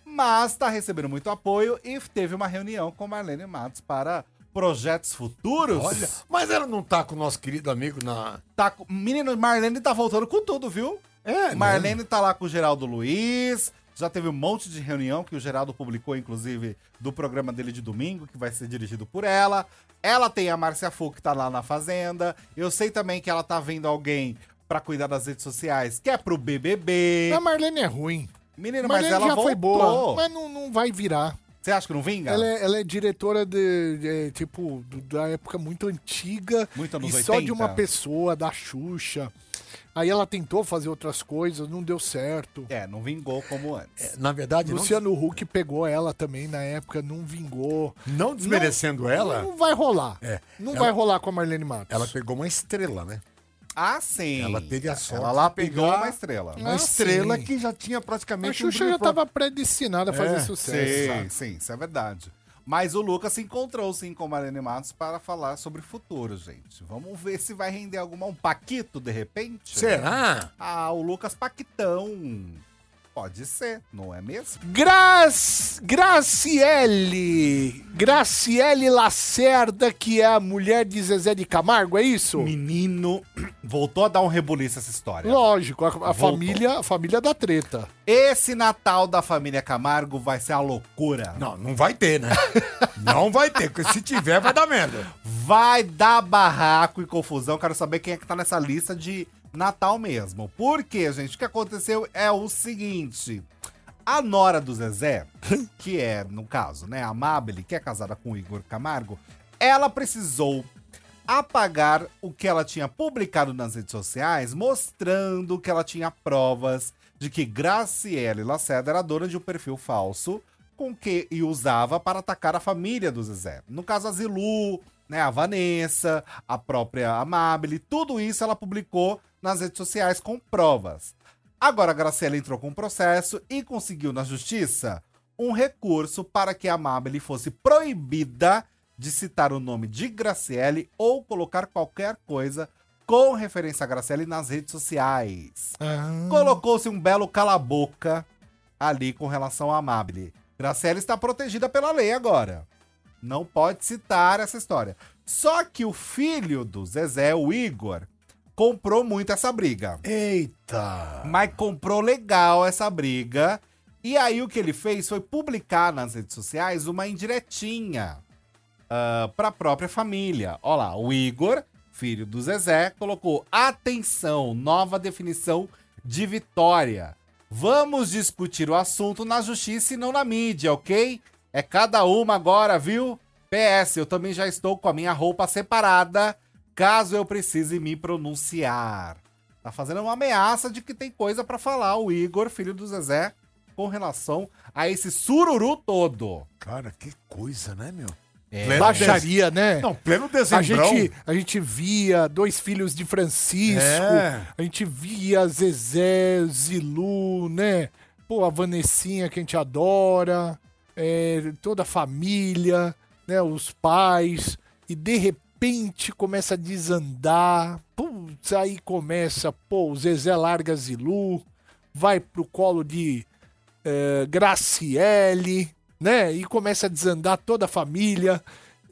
S5: Mas tá recebendo muito apoio e teve uma reunião com Marlene Matos para projetos futuros.
S4: Olha, mas ela não tá com o nosso querido amigo na.
S5: tá com... Menino, Marlene tá voltando com tudo, viu?
S4: É,
S5: Marlene tá lá com o Geraldo Luiz. Já teve um monte de reunião que o Geraldo publicou, inclusive, do programa dele de domingo, que vai ser dirigido por ela. Ela tem a Márcia Fu, que tá lá na Fazenda. Eu sei também que ela tá vendo alguém pra cuidar das redes sociais, que é pro BBB.
S3: A Marlene é ruim.
S5: Menino, mas
S3: Marlene
S5: ela
S3: já
S5: voltou.
S3: foi boa, mas não, não vai virar.
S5: Você acha que não vinga?
S3: Ela é, ela é diretora de, de, tipo, do- da época muito antiga.
S5: Muito anos
S3: e só
S5: 80?
S3: de uma pessoa, da Xuxa. Aí ela tentou fazer outras coisas, não deu certo.
S5: É, não vingou como antes.
S4: Na verdade, não,
S3: Luciano Huck pegou ela também na época, não vingou.
S4: não desmerecendo ela,
S3: Não vai rolar.
S4: É.
S3: Não
S4: Ela-
S3: vai rolar com a Marlene Matos.
S4: ela pegou uma estrela, né?
S5: Ah, sim.
S4: Ela teve a sorte.
S5: Ela lá
S4: de
S5: pegou
S4: pegar
S5: uma estrela.
S4: Uma
S3: Ah,
S4: estrela
S3: sim.
S4: que já tinha
S3: A
S4: praticamente. um
S3: Xuxa já
S4: brilho
S3: tava predestinada a fazer
S4: É,
S3: sucesso.
S5: Sim, sim, isso é verdade. Mas o Lucas se encontrou sim com o Marlene Matos para falar sobre o futuro, gente. Vamos ver se vai render alguma um paquito de repente.
S4: Será?
S5: Ah, o Lucas Paquitão. Pode ser, não é mesmo?
S3: Grac... Graciele! Graciele Lacerda, que é a mulher de Zezé de Camargo, é isso?
S5: Menino, voltou a dar um rebuliço essa história.
S3: Lógico, a- a,
S5: Voltou.
S3: família, a família da treta.
S5: Esse Natal da família Camargo vai ser a loucura.
S4: Não, não vai ter, né? não vai ter, porque se tiver, vai dar merda.
S5: Vai dar barraco e confusão. Quero saber quem é que tá nessa lista de Natal mesmo. Porque, gente, o que aconteceu é o seguinte. A nora do Zezé, que é, no caso, né, a Mabel, que é casada com o Igor Camargo, ela precisou apagar o que ela tinha publicado nas redes sociais, mostrando que ela tinha provas de que Graciele Lacerda era dona de um perfil falso com que e usava para atacar a família do Zezé. No caso, a Zilu, né, a Vanessa, a própria Amabile, tudo isso ela publicou nas redes sociais com provas. Agora a Graciela entrou com um processo e conseguiu na justiça um recurso para que a Amabile fosse proibida de citar o nome de Graciele ou colocar qualquer coisa com referência a Graciele nas redes sociais.
S4: Ah.
S5: Colocou-se um belo cala-boca ali com relação a Amable. Graciele está protegida pela lei agora. Não pode citar essa história. Só que o filho do Zezé, o Igor, comprou muito essa briga.
S4: Eita!
S5: Mas comprou legal essa briga. E aí o que ele fez foi publicar nas redes sociais uma indiretinha ah, pra própria família. Ó lá, o Igor, filho do Zezé, colocou: atenção, nova definição de vitória. Vamos discutir o assunto na justiça e não na mídia, ok? É cada uma agora, viu? PS, eu também já estou com a minha roupa separada, caso eu precise me pronunciar. Tá fazendo uma ameaça de que tem coisa pra falar o Igor, filho do Zezé, com relação a esse sururu todo.
S4: Cara, que coisa, né, meu?
S5: É,
S3: Baixaria, né?
S4: Não, pleno
S3: A
S4: dezembro.
S3: gente, a gente via dois filhos de Francisco,
S4: É.
S3: a gente via Zezé, Zilu, né? Pô, a Vanessinha que a gente adora, é, toda a família, né? Os pais, e de repente começa a desandar. Putz, aí começa, pô, o Zezé larga Zilu, vai pro colo de eh, Graciele, né? E começa a desandar toda a família.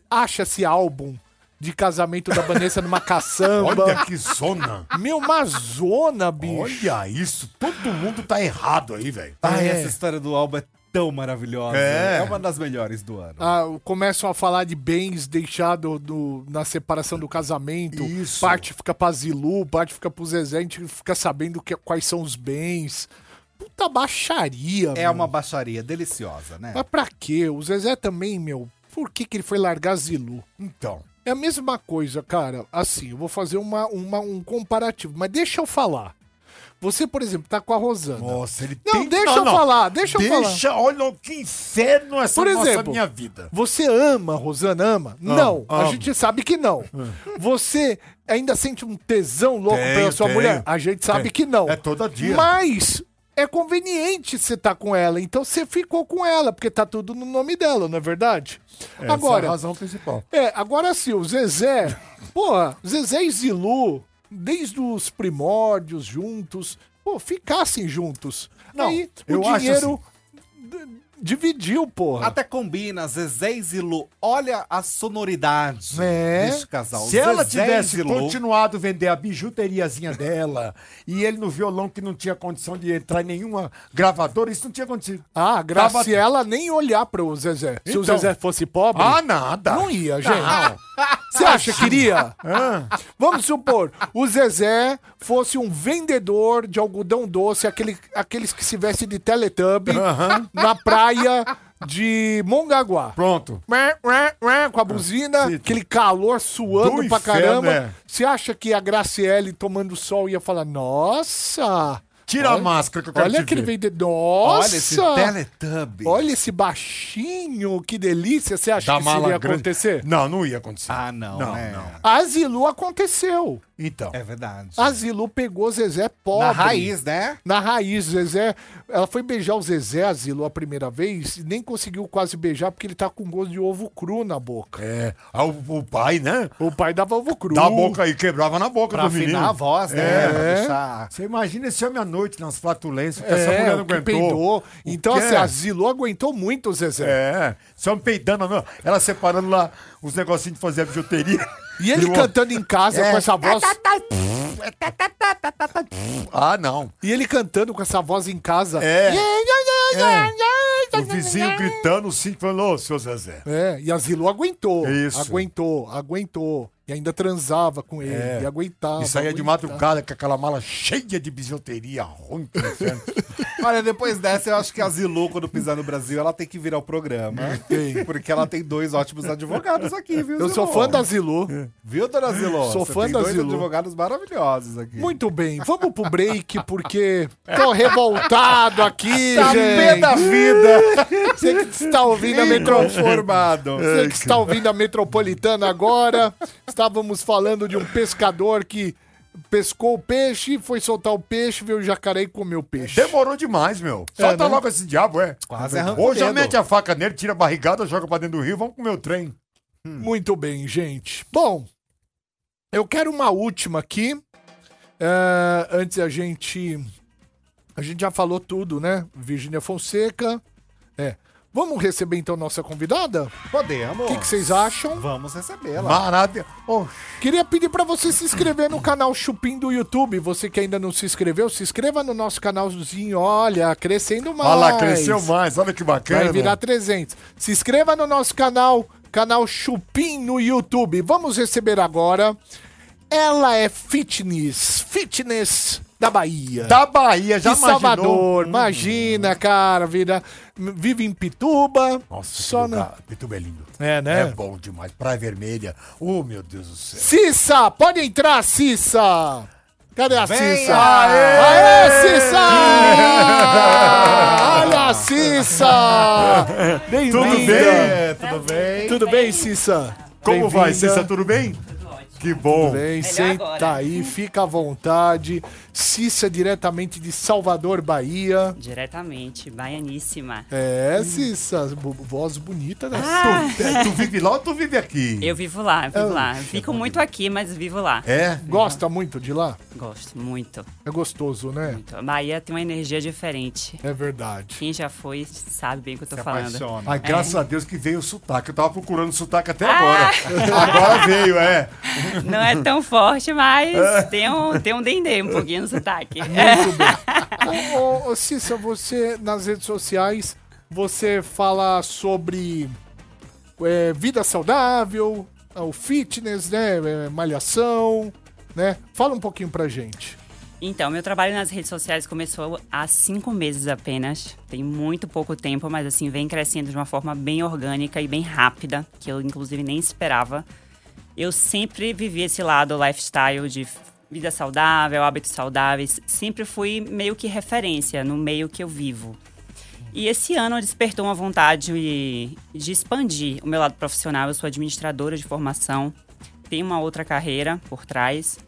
S3: Acha-se álbum de casamento da Vanessa numa caçamba.
S4: Olha que zona.
S3: Meu, uma zona, bicho.
S4: Olha isso. Todo mundo tá errado aí, velho.
S5: Ai,
S3: É.
S5: essa história do álbum é tão maravilhosa.
S4: É.
S5: É, uma das melhores do ano.
S3: Ah, começam a falar de bens deixados na separação do casamento.
S4: Isso.
S3: Parte fica pra Zilu, parte fica pro Zezé. A gente fica sabendo que- quais são os bens. Puta baixaria,
S5: é
S3: meu.
S5: uma baixaria deliciosa, né?
S3: Mas pra quê? O Zezé também, meu. Por que, que ele foi largar Zilu?
S4: Então.
S3: É a mesma coisa, cara. Assim, eu vou fazer uma, uma- um comparativo, mas deixa eu falar. Você, por exemplo, tá com a Rosana.
S4: Nossa, ele
S3: Não,
S4: tem...
S3: deixa eu falar, deixa eu falar.
S4: Deixa, olha que inferno essa
S3: Por
S4: nossa
S3: exemplo,
S4: minha vida.
S3: Você ama, a Rosana ama? não, a
S4: amo. É.
S3: gente sabe que não. Você ainda sente um tesão louco
S4: Tenho,
S3: pela sua
S4: tenho.
S3: mulher? A gente sabe
S4: Tenho.
S3: que não.
S4: É todo dia.
S3: Mas é conveniente você estar com ela, então você ficou com ela, porque tá tudo no nome dela, não é verdade?
S4: Essa é a
S3: Agora,
S4: razão principal.
S3: É, agora sim, o Zezé. Porra, Zezé e Zilu, desde os primórdios juntos, pô, ficassem juntos.
S4: Não,
S3: Aí
S4: eu
S3: o
S4: acho assim.
S3: dinheiro d- dividiu, porra.
S5: É. Até combina, Zezé e Zilu. Olha a sonoridade
S3: É.
S5: deste casal.
S4: Se ela
S5: Zezé e
S4: tivesse
S5: Zilu-
S4: continuado a vender a bijuteriazinha dela e ele no violão que não tinha condição de entrar em nenhuma gravadora, isso não tinha acontecido.
S3: Ah, a Graciela nem olhar pro Zezé. Se o
S4: Então.
S3: Zezé fosse pobre,
S4: Ah, Ah. nada.
S3: não ia, gente. Você acha que iria? Vamos supor, o Zezé fosse um vendedor de algodão doce, aquele, aqueles que se vestem de Teletubby, na praia de Mongaguá.
S4: Pronto.
S3: Ué, ué, ué, Com a buzina,
S4: Sim.
S3: aquele calor suando
S4: Ah. Do
S3: pra
S4: inferno, é.
S3: caramba. Você acha que a Graciele tomando sol ia falar, nossa...
S4: Tira a
S3: olha-
S4: máscara que eu quero
S3: Olha
S4: te
S3: aquele
S4: ver.
S3: vendedor. Nossa!
S5: Olha esse Teletubby.
S3: Olha esse baixinho, que delícia. Você acha
S4: Da
S3: que isso
S4: mala
S3: iria
S4: grande.
S3: acontecer?
S4: Não, não ia acontecer.
S5: Ah, não,
S4: Não,
S5: né?
S4: não.
S3: A Zilu aconteceu.
S4: Então.
S5: É verdade.
S3: A Zilu pegou Zezé pobre.
S5: Na raiz, né?
S3: Na raiz, Zezé. Ela foi beijar o Zezé, a Zilu, a primeira vez, e nem conseguiu quase beijar porque ele tá com gosto de ovo cru na boca.
S4: É, ah, o, o pai, né?
S3: O pai dava ovo cru.
S4: Da boca aí, quebrava na boca
S5: Pra
S4: do menino.
S5: afinar a voz, né?
S4: É.
S5: Pra deixar...
S4: Você imagina esse homem à noite nas flatulências, que
S3: É,
S4: essa mulher não
S3: o que
S4: aguentou.
S3: peidou. Então,
S4: que
S3: assim,
S4: é?
S3: a Zilu aguentou muito o Zezé.
S4: É, só me peidando, não. ela separando lá os negocinhos de fazer a bijuteria.
S3: E ele
S4: o outro,
S3: cantando em casa
S4: É.
S3: com essa voz.
S4: Ah, não.
S3: E ele cantando com essa voz em casa.
S4: É.
S3: É.
S4: O vizinho gritando, o síndico falando, ô, seu Zezé.
S3: É, e a Zilu aguentou.
S4: Isso.
S3: Aguentou, aguentou. E ainda transava com ele.
S4: É.
S3: E aguentava.
S4: E saía de
S3: aguentava.
S4: madrugada com aquela mala cheia de bijuteria ruim. que inferno.
S5: Olha, depois dessa, eu acho que a Zilu, quando pisar no Brasil, ela tem que virar o programa. Porque ela tem dois ótimos advogados aqui, viu,
S3: Eu sou
S5: Zilu?
S3: fã da Zilu.
S4: É.
S5: Viu, dona Zilu?
S3: Sou
S5: Você
S3: fã
S5: tem
S3: da
S5: dois
S3: Zilu.
S5: advogados maravilhosos aqui.
S3: Muito bem, vamos pro break, porque tô revoltado aqui,
S5: Tá pé da
S3: gente.
S5: vida.
S3: Você que está ouvindo a Metropo...
S5: Inconformado.
S3: Você que está ouvindo a Metropolitana agora, estávamos falando de um pescador que pescou o peixe, foi soltar o peixe, veio o jacaré e comeu o peixe.
S4: Demorou demais, meu. Solta
S3: né?
S4: logo esse diabo, é.
S5: Quase arrancou
S4: Ou já
S5: o dedo.
S4: mete a faca nele, tira a barrigada, joga pra dentro do rio, vamos comer o trem.
S3: Muito bem, gente. Bom, eu quero uma última aqui. É, antes a gente. A gente já falou tudo, né? Virgínia Fonseca. É. Vamos receber então nossa convidada?
S5: Podemos.
S3: O que que vocês acham?
S5: Vamos recebê-la.
S4: Maravilha. Oh,
S3: Queria pedir pra você se inscrever no canal Chupim do YouTube. Você que ainda não se inscreveu, se inscreva no nosso canalzinho. Olha, crescendo mais.
S4: olha lá, cresceu mais. Olha que bacana.
S3: Vai virar 300. Se inscreva no nosso canal, canal Chupim no YouTube. Vamos receber agora. Ela é fitness, fitness da Bahia.
S4: Da Bahia, já
S3: de
S4: imaginou?
S3: Salvador, imagina, cara, vira, vive em Pituba.
S4: Nossa,
S3: só
S4: só
S3: na-
S4: lugar. Pituba é lindo.
S3: É, né?
S4: É bom demais. Praia Vermelha. Oh, meu Deus do céu.
S3: Cissa, pode entrar, Cissa. Cadê a Cissa?
S4: Aê!
S3: Aê, Cissa! Olha a Cissa!
S4: Tudo bem?
S5: É, tudo bem?
S3: Tudo bem, Cissa?
S4: Como vai,
S3: Bem-vinda.
S4: Cissa? Tudo bem? Que bom.
S3: Bem, senta
S9: agora.
S3: aí, fica à vontade. Cissa é diretamente de Salvador, Bahia.
S9: Diretamente, baianíssima.
S4: Hum.
S3: É, Cissa, bo- voz bonita, né?
S4: Tu, é, tu vive lá ou tu vive aqui?
S9: Eu vivo lá, eu vivo lá. Fico muito aqui, mas vivo lá.
S4: É?
S3: Gosta muito de lá?
S9: Gosto muito,
S3: É gostoso, né?
S9: muito. A Bahia tem uma energia diferente.
S3: É verdade.
S9: Quem já foi sabe bem o que eu tô
S5: Se
S9: falando.
S5: apaixona.
S4: Ai, graças a Deus que veio o sotaque. Eu tava procurando sotaque
S9: Ah!
S4: até agora. Agora veio, é.
S9: Não é tão forte, mas tem um, tem um dendê um pouquinho no sotaque. É.
S3: Ô, ô, Cissa, você, nas redes sociais, você fala sobre é, vida saudável, o fitness, né? é, malhação, né? Fala um pouquinho pra gente.
S9: Então, meu trabalho nas redes sociais começou há cinco meses apenas. Tem muito pouco tempo, mas assim, vem crescendo de uma forma bem orgânica e bem rápida, que eu inclusive nem esperava. Eu sempre vivi esse lado lifestyle de vida saudável, hábitos saudáveis. Sempre fui meio que referência no meio que eu vivo. E esse ano despertou uma vontade de, de expandir o meu lado profissional. Eu sou administradora de formação, tenho uma outra carreira por trás,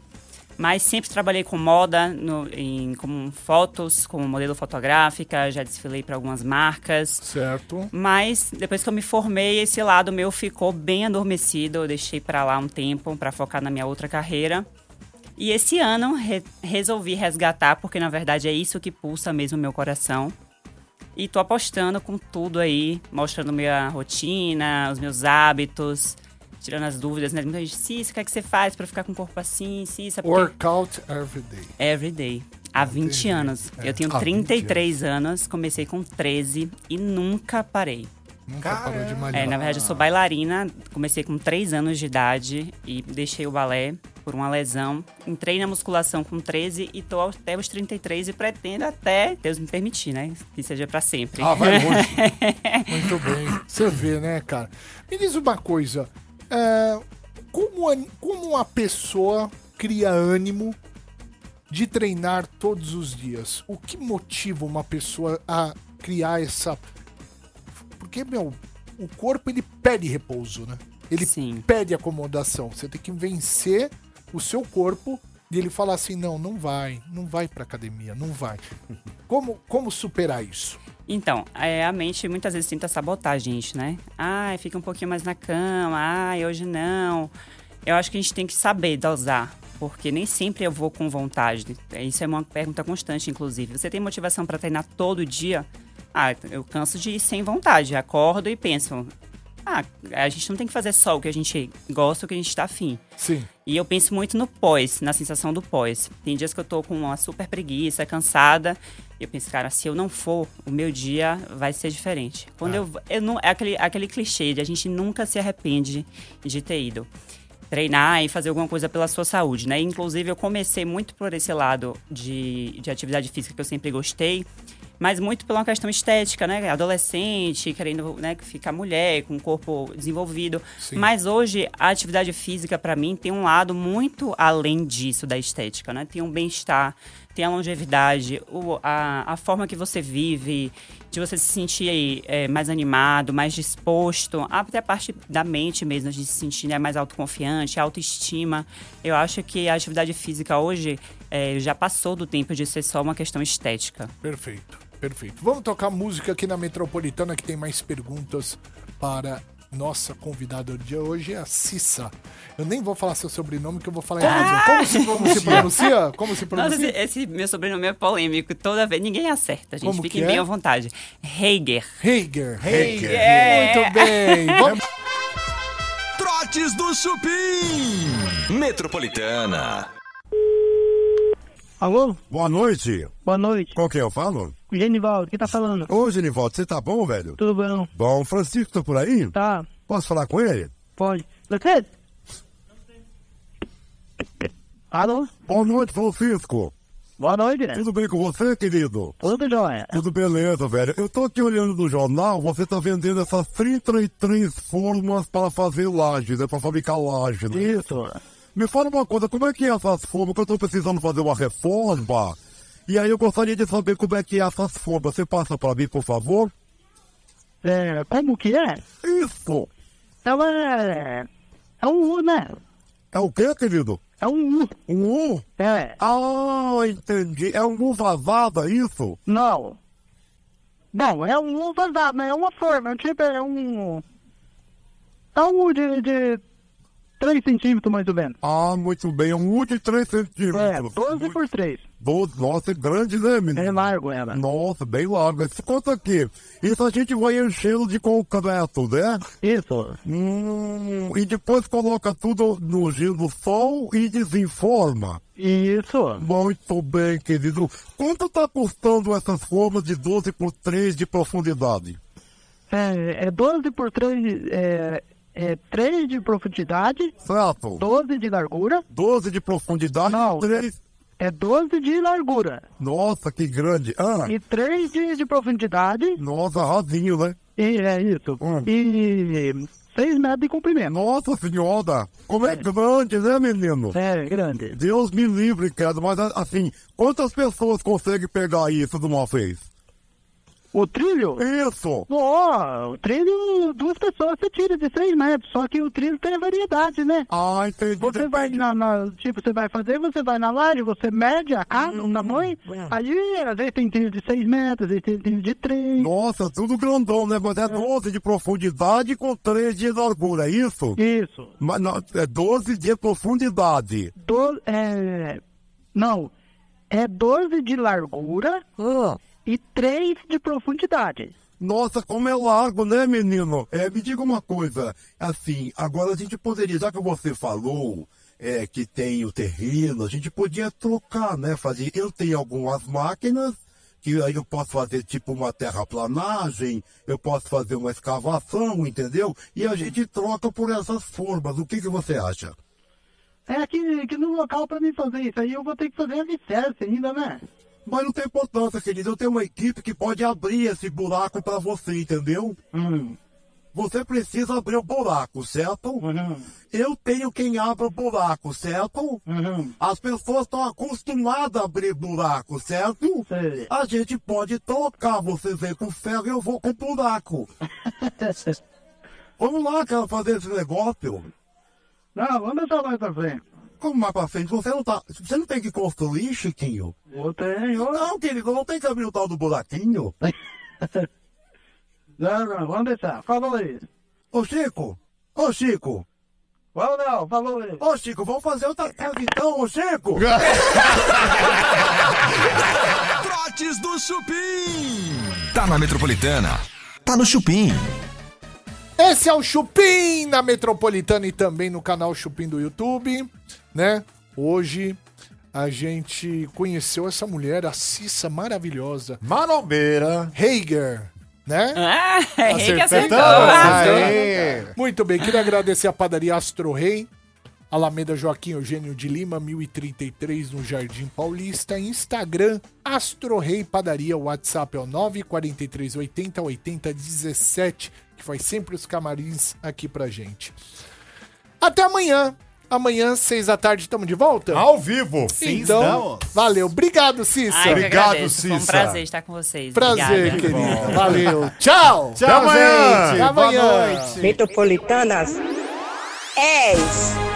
S9: mas sempre trabalhei com moda, no, em, como fotos, como modelo fotográfica, já desfilei para algumas marcas.
S3: Certo?
S9: Mas depois que eu me formei, esse lado meu ficou bem adormecido. Eu deixei pra lá um tempo pra focar na minha outra carreira. E esse ano re- resolvi resgatar, porque na verdade é isso que pulsa mesmo meu coração. E tô apostando com tudo aí, mostrando minha rotina, os meus hábitos, tirando as dúvidas, né? Muita gente, Cissa, o que, é que você faz pra ficar com o corpo assim? Cissa, por quê?"
S3: Workout every day.
S9: Every day. Há 20 anos. Eu tenho
S4: Há
S9: 33 anos, comecei com 13 e nunca parei.
S3: Nunca parou de malhar.
S9: É, na verdade, eu sou bailarina. Comecei com 3 anos de idade e deixei o balé por uma lesão. Entrei na musculação com 13 e tô até os 33 e pretendo até, Deus me permitir, né? Que seja pra sempre.
S4: Ah, vai longe.
S3: Muito bem. Você vê, né, cara? Me diz uma coisa. é, como, an- como uma pessoa cria ânimo de treinar todos os dias? O que motiva uma pessoa a criar essa. Porque, meu, o corpo ele pede repouso, né? Ele
S9: Sim.
S3: pede acomodação. Você tem que vencer o seu corpo e ele falar assim: não, não vai, não vai pra academia, não vai. Como, como superar isso?
S9: Então, é, a mente muitas vezes tenta sabotar a gente, né? Ai, fica um pouquinho mais na cama, ai, hoje não. Eu acho que a gente tem que saber dosar, porque nem sempre eu vou com vontade. Isso é uma pergunta constante, inclusive. Você tem motivação pra treinar todo dia? Ah, eu canso de ir sem vontade. Acordo e penso. Ah, a gente não tem que fazer só o que a gente gosta, o que a gente tá afim.
S3: Sim.
S9: E eu penso muito no pós, na sensação do pós. Tem dias que eu tô com uma super preguiça, cansada. E eu penso, cara, se eu não for, o meu dia vai ser diferente. Quando eu, eu não, é aquele, aquele clichê de a gente nunca se arrepende de ter ido treinar e fazer alguma coisa pela sua saúde, né? Inclusive, eu comecei muito por esse lado de, de atividade física que eu sempre gostei, mas muito pela questão estética, né? Adolescente, querendo né, ficar mulher, com o corpo desenvolvido. Mas hoje, a atividade física, pra mim, tem um lado muito além disso, da estética, né? Tem um bem-estar, tem a longevidade, o- a, a forma que você vive, de você se sentir eh, mais animado, mais disposto, até a parte da mente mesmo, de se sentir né, mais autoconfiante, autoestima. Eu acho que a atividade física hoje eh, já passou do tempo de ser só uma questão estética.
S3: Perfeito, perfeito. Vamos tocar música aqui na Metropolitana que tem mais perguntas para Nossa convidada de hoje é a Cissa. Eu nem vou falar seu sobrenome, que eu vou falar em
S5: Como
S3: inglês.
S5: se
S3: Como se
S5: pronuncia?
S3: pronuncia? Como se
S9: Nossa, esse,
S3: pronuncia?
S9: esse meu sobrenome é polêmico. Toda vez. Ninguém acerta, gente.
S3: Como
S9: Fiquem
S3: que é?
S9: bem à vontade. Heiger.
S3: Heiger.
S5: Heiger.
S3: Muito bem. Vamos...
S1: Trotes do Chupim. Metropolitana.
S6: Alô?
S4: Boa noite.
S6: Boa noite.
S4: Com quem eu falo?
S6: Genivaldo, quem tá falando?
S4: Ô, Genivaldo, você tá bom, velho?
S6: Tudo bom?
S4: Bom, Francisco tá por aí?
S6: Tá,
S4: Posso falar com ele?
S6: pode. Lucas? Alô?
S4: Boa noite, Francisco.
S6: Boa noite, né?
S4: Tudo bem com você, querido?
S6: Tudo jóia.
S4: Tudo beleza, velho. Eu tô aqui olhando no jornal, você tá vendendo essas 33 formas para fazer lajes, né? Pra fabricar lajes. né?
S6: Isso.
S4: Me fala uma coisa, como é que é essas formas? Que eu tô precisando fazer uma reforma. E aí eu gostaria de saber como é que é essas formas. Você passa pra mim, por favor?
S6: É, como que é?
S4: Isso!
S6: Então, é... É um U, né?
S4: É o quê, querido?
S6: É um U.
S4: Um U?
S6: É.
S4: Ah, entendi. É um U vazada, isso?
S6: Não. Não, é um U vazado, né? É uma forma, tipo, é um... É um U de... de 3 centímetros, mais ou menos.
S4: Ah, muito bem. É um U de 3
S6: É,
S4: centímetros.
S6: 12 por 3.
S4: Doze. Nossa, é grande, né, menino?
S6: É largo ela.
S4: Nossa, bem largo. Isso conta aqui. Isso a gente vai enchendo de concreto, né?
S6: Isso.
S4: Hum, e depois coloca tudo no giro do sol e desenforma.
S6: Isso.
S4: Muito bem, querido. Quanto tá custando essas formas de 12 por 3 de profundidade?
S6: É, é 12 por 3, é, é 3 de profundidade,
S4: Certo?
S6: 12 de largura,
S4: 12 de profundidade,
S6: Não.
S4: 3
S6: é 12 de largura
S4: Nossa, que grande. Ah,
S6: e 3 de, de profundidade,
S4: nossa, rasinho, né?
S6: e é isso,
S4: Hum.
S6: e 6 metros de comprimento.
S4: Nossa senhora, como é grande, né, menino?
S6: É grande.
S4: Deus me livre, cara, mas a- assim, quantas pessoas conseguem pegar isso de uma vez?
S6: O trilho?
S4: Isso!
S6: Ó, um. o trilho, duas pessoas você tira de 6 metros, só que o trilho tem variedade, né?
S4: Ah, entendi.
S6: Você vai na, na- tipo, você vai fazer, você vai na laje, você mede a casa, o tamanho, aí às vezes tem trilho de 6 metros, às vezes tem trilho de 3.
S4: Nossa, tudo grandão, né? Mas é 12 de profundidade com 3 de largura, é isso?
S6: Isso.
S4: Mas não, é 12 de profundidade.
S6: Do, é, não, é 12 de largura e 3 de profundidade.
S4: Nossa, como é largo, né, menino? É, me diga uma coisa. Assim, agora a gente poderia, já que você falou é, que tem o terreno, a gente podia trocar, né? Fazer. Eu tenho algumas máquinas que aí eu posso fazer tipo uma terraplanagem, eu posso fazer uma escavação, entendeu? E a gente troca por essas formas. O que, que você acha?
S6: É que, que no local pra mim fazer isso aí eu vou ter que fazer a licença ainda, né?
S4: Mas não tem importância, querido. Eu tenho uma equipe que pode abrir esse buraco pra você, entendeu?
S6: Uhum.
S4: Você precisa abrir o buraco, certo?
S6: Uhum.
S4: Eu tenho quem abre o buraco, certo?
S6: Uhum.
S4: As pessoas estão acostumadas a abrir buraco, certo?
S6: Sei.
S4: A gente pode trocar. Você vem com ferro e eu vou com buraco. Vamos lá, cara, fazer esse negócio.
S6: Não, vamos deixar mais pra frente.
S4: Como mais pra frente? Você não, tá... você não tem que construir, Chiquinho?
S6: Eu tenho.
S4: Não, querido, não tem que abrir o tal do buraquinho.
S6: Não, não, vamos deixar. Falou aí.
S4: Ô Chico, ô Chico,
S6: Vamos não, falou aí.
S4: ô Chico, vamos fazer outra casa então, ô Chico!
S1: Trotes do Chupim. Tá na Metropolitana. Tá no Chupim.
S3: Esse é o Chupim na Metropolitana e também no canal Chupim do YouTube, né? Hoje a gente conheceu essa mulher, a Cissa maravilhosa,
S5: Marombeira.
S3: Heiger, né?
S9: Ah, Heiger acertou.
S5: Acertamos.
S3: Aê. Muito bem, queria agradecer a padaria Astro Rei, Alameda Joaquim Eugênio de Lima, 1033, no Jardim Paulista. Instagram, Astro Rei Padaria, WhatsApp é o 94380 8017, que faz sempre os camarins aqui pra gente. Até amanhã. Amanhã, seis da tarde, estamos de volta?
S5: Ao vivo.
S3: então, valeu. Obrigado, Cissa.
S9: Ai, que
S5: Obrigado,
S9: agradeço. Foi um
S5: Cissa.
S9: prazer estar com vocês.
S3: Prazer,
S9: Obrigada.
S3: querida. Valeu. Tchau.
S5: Até amanhã.
S3: Até amanhã.
S5: Boa noite.
S10: Metropolitanas 10.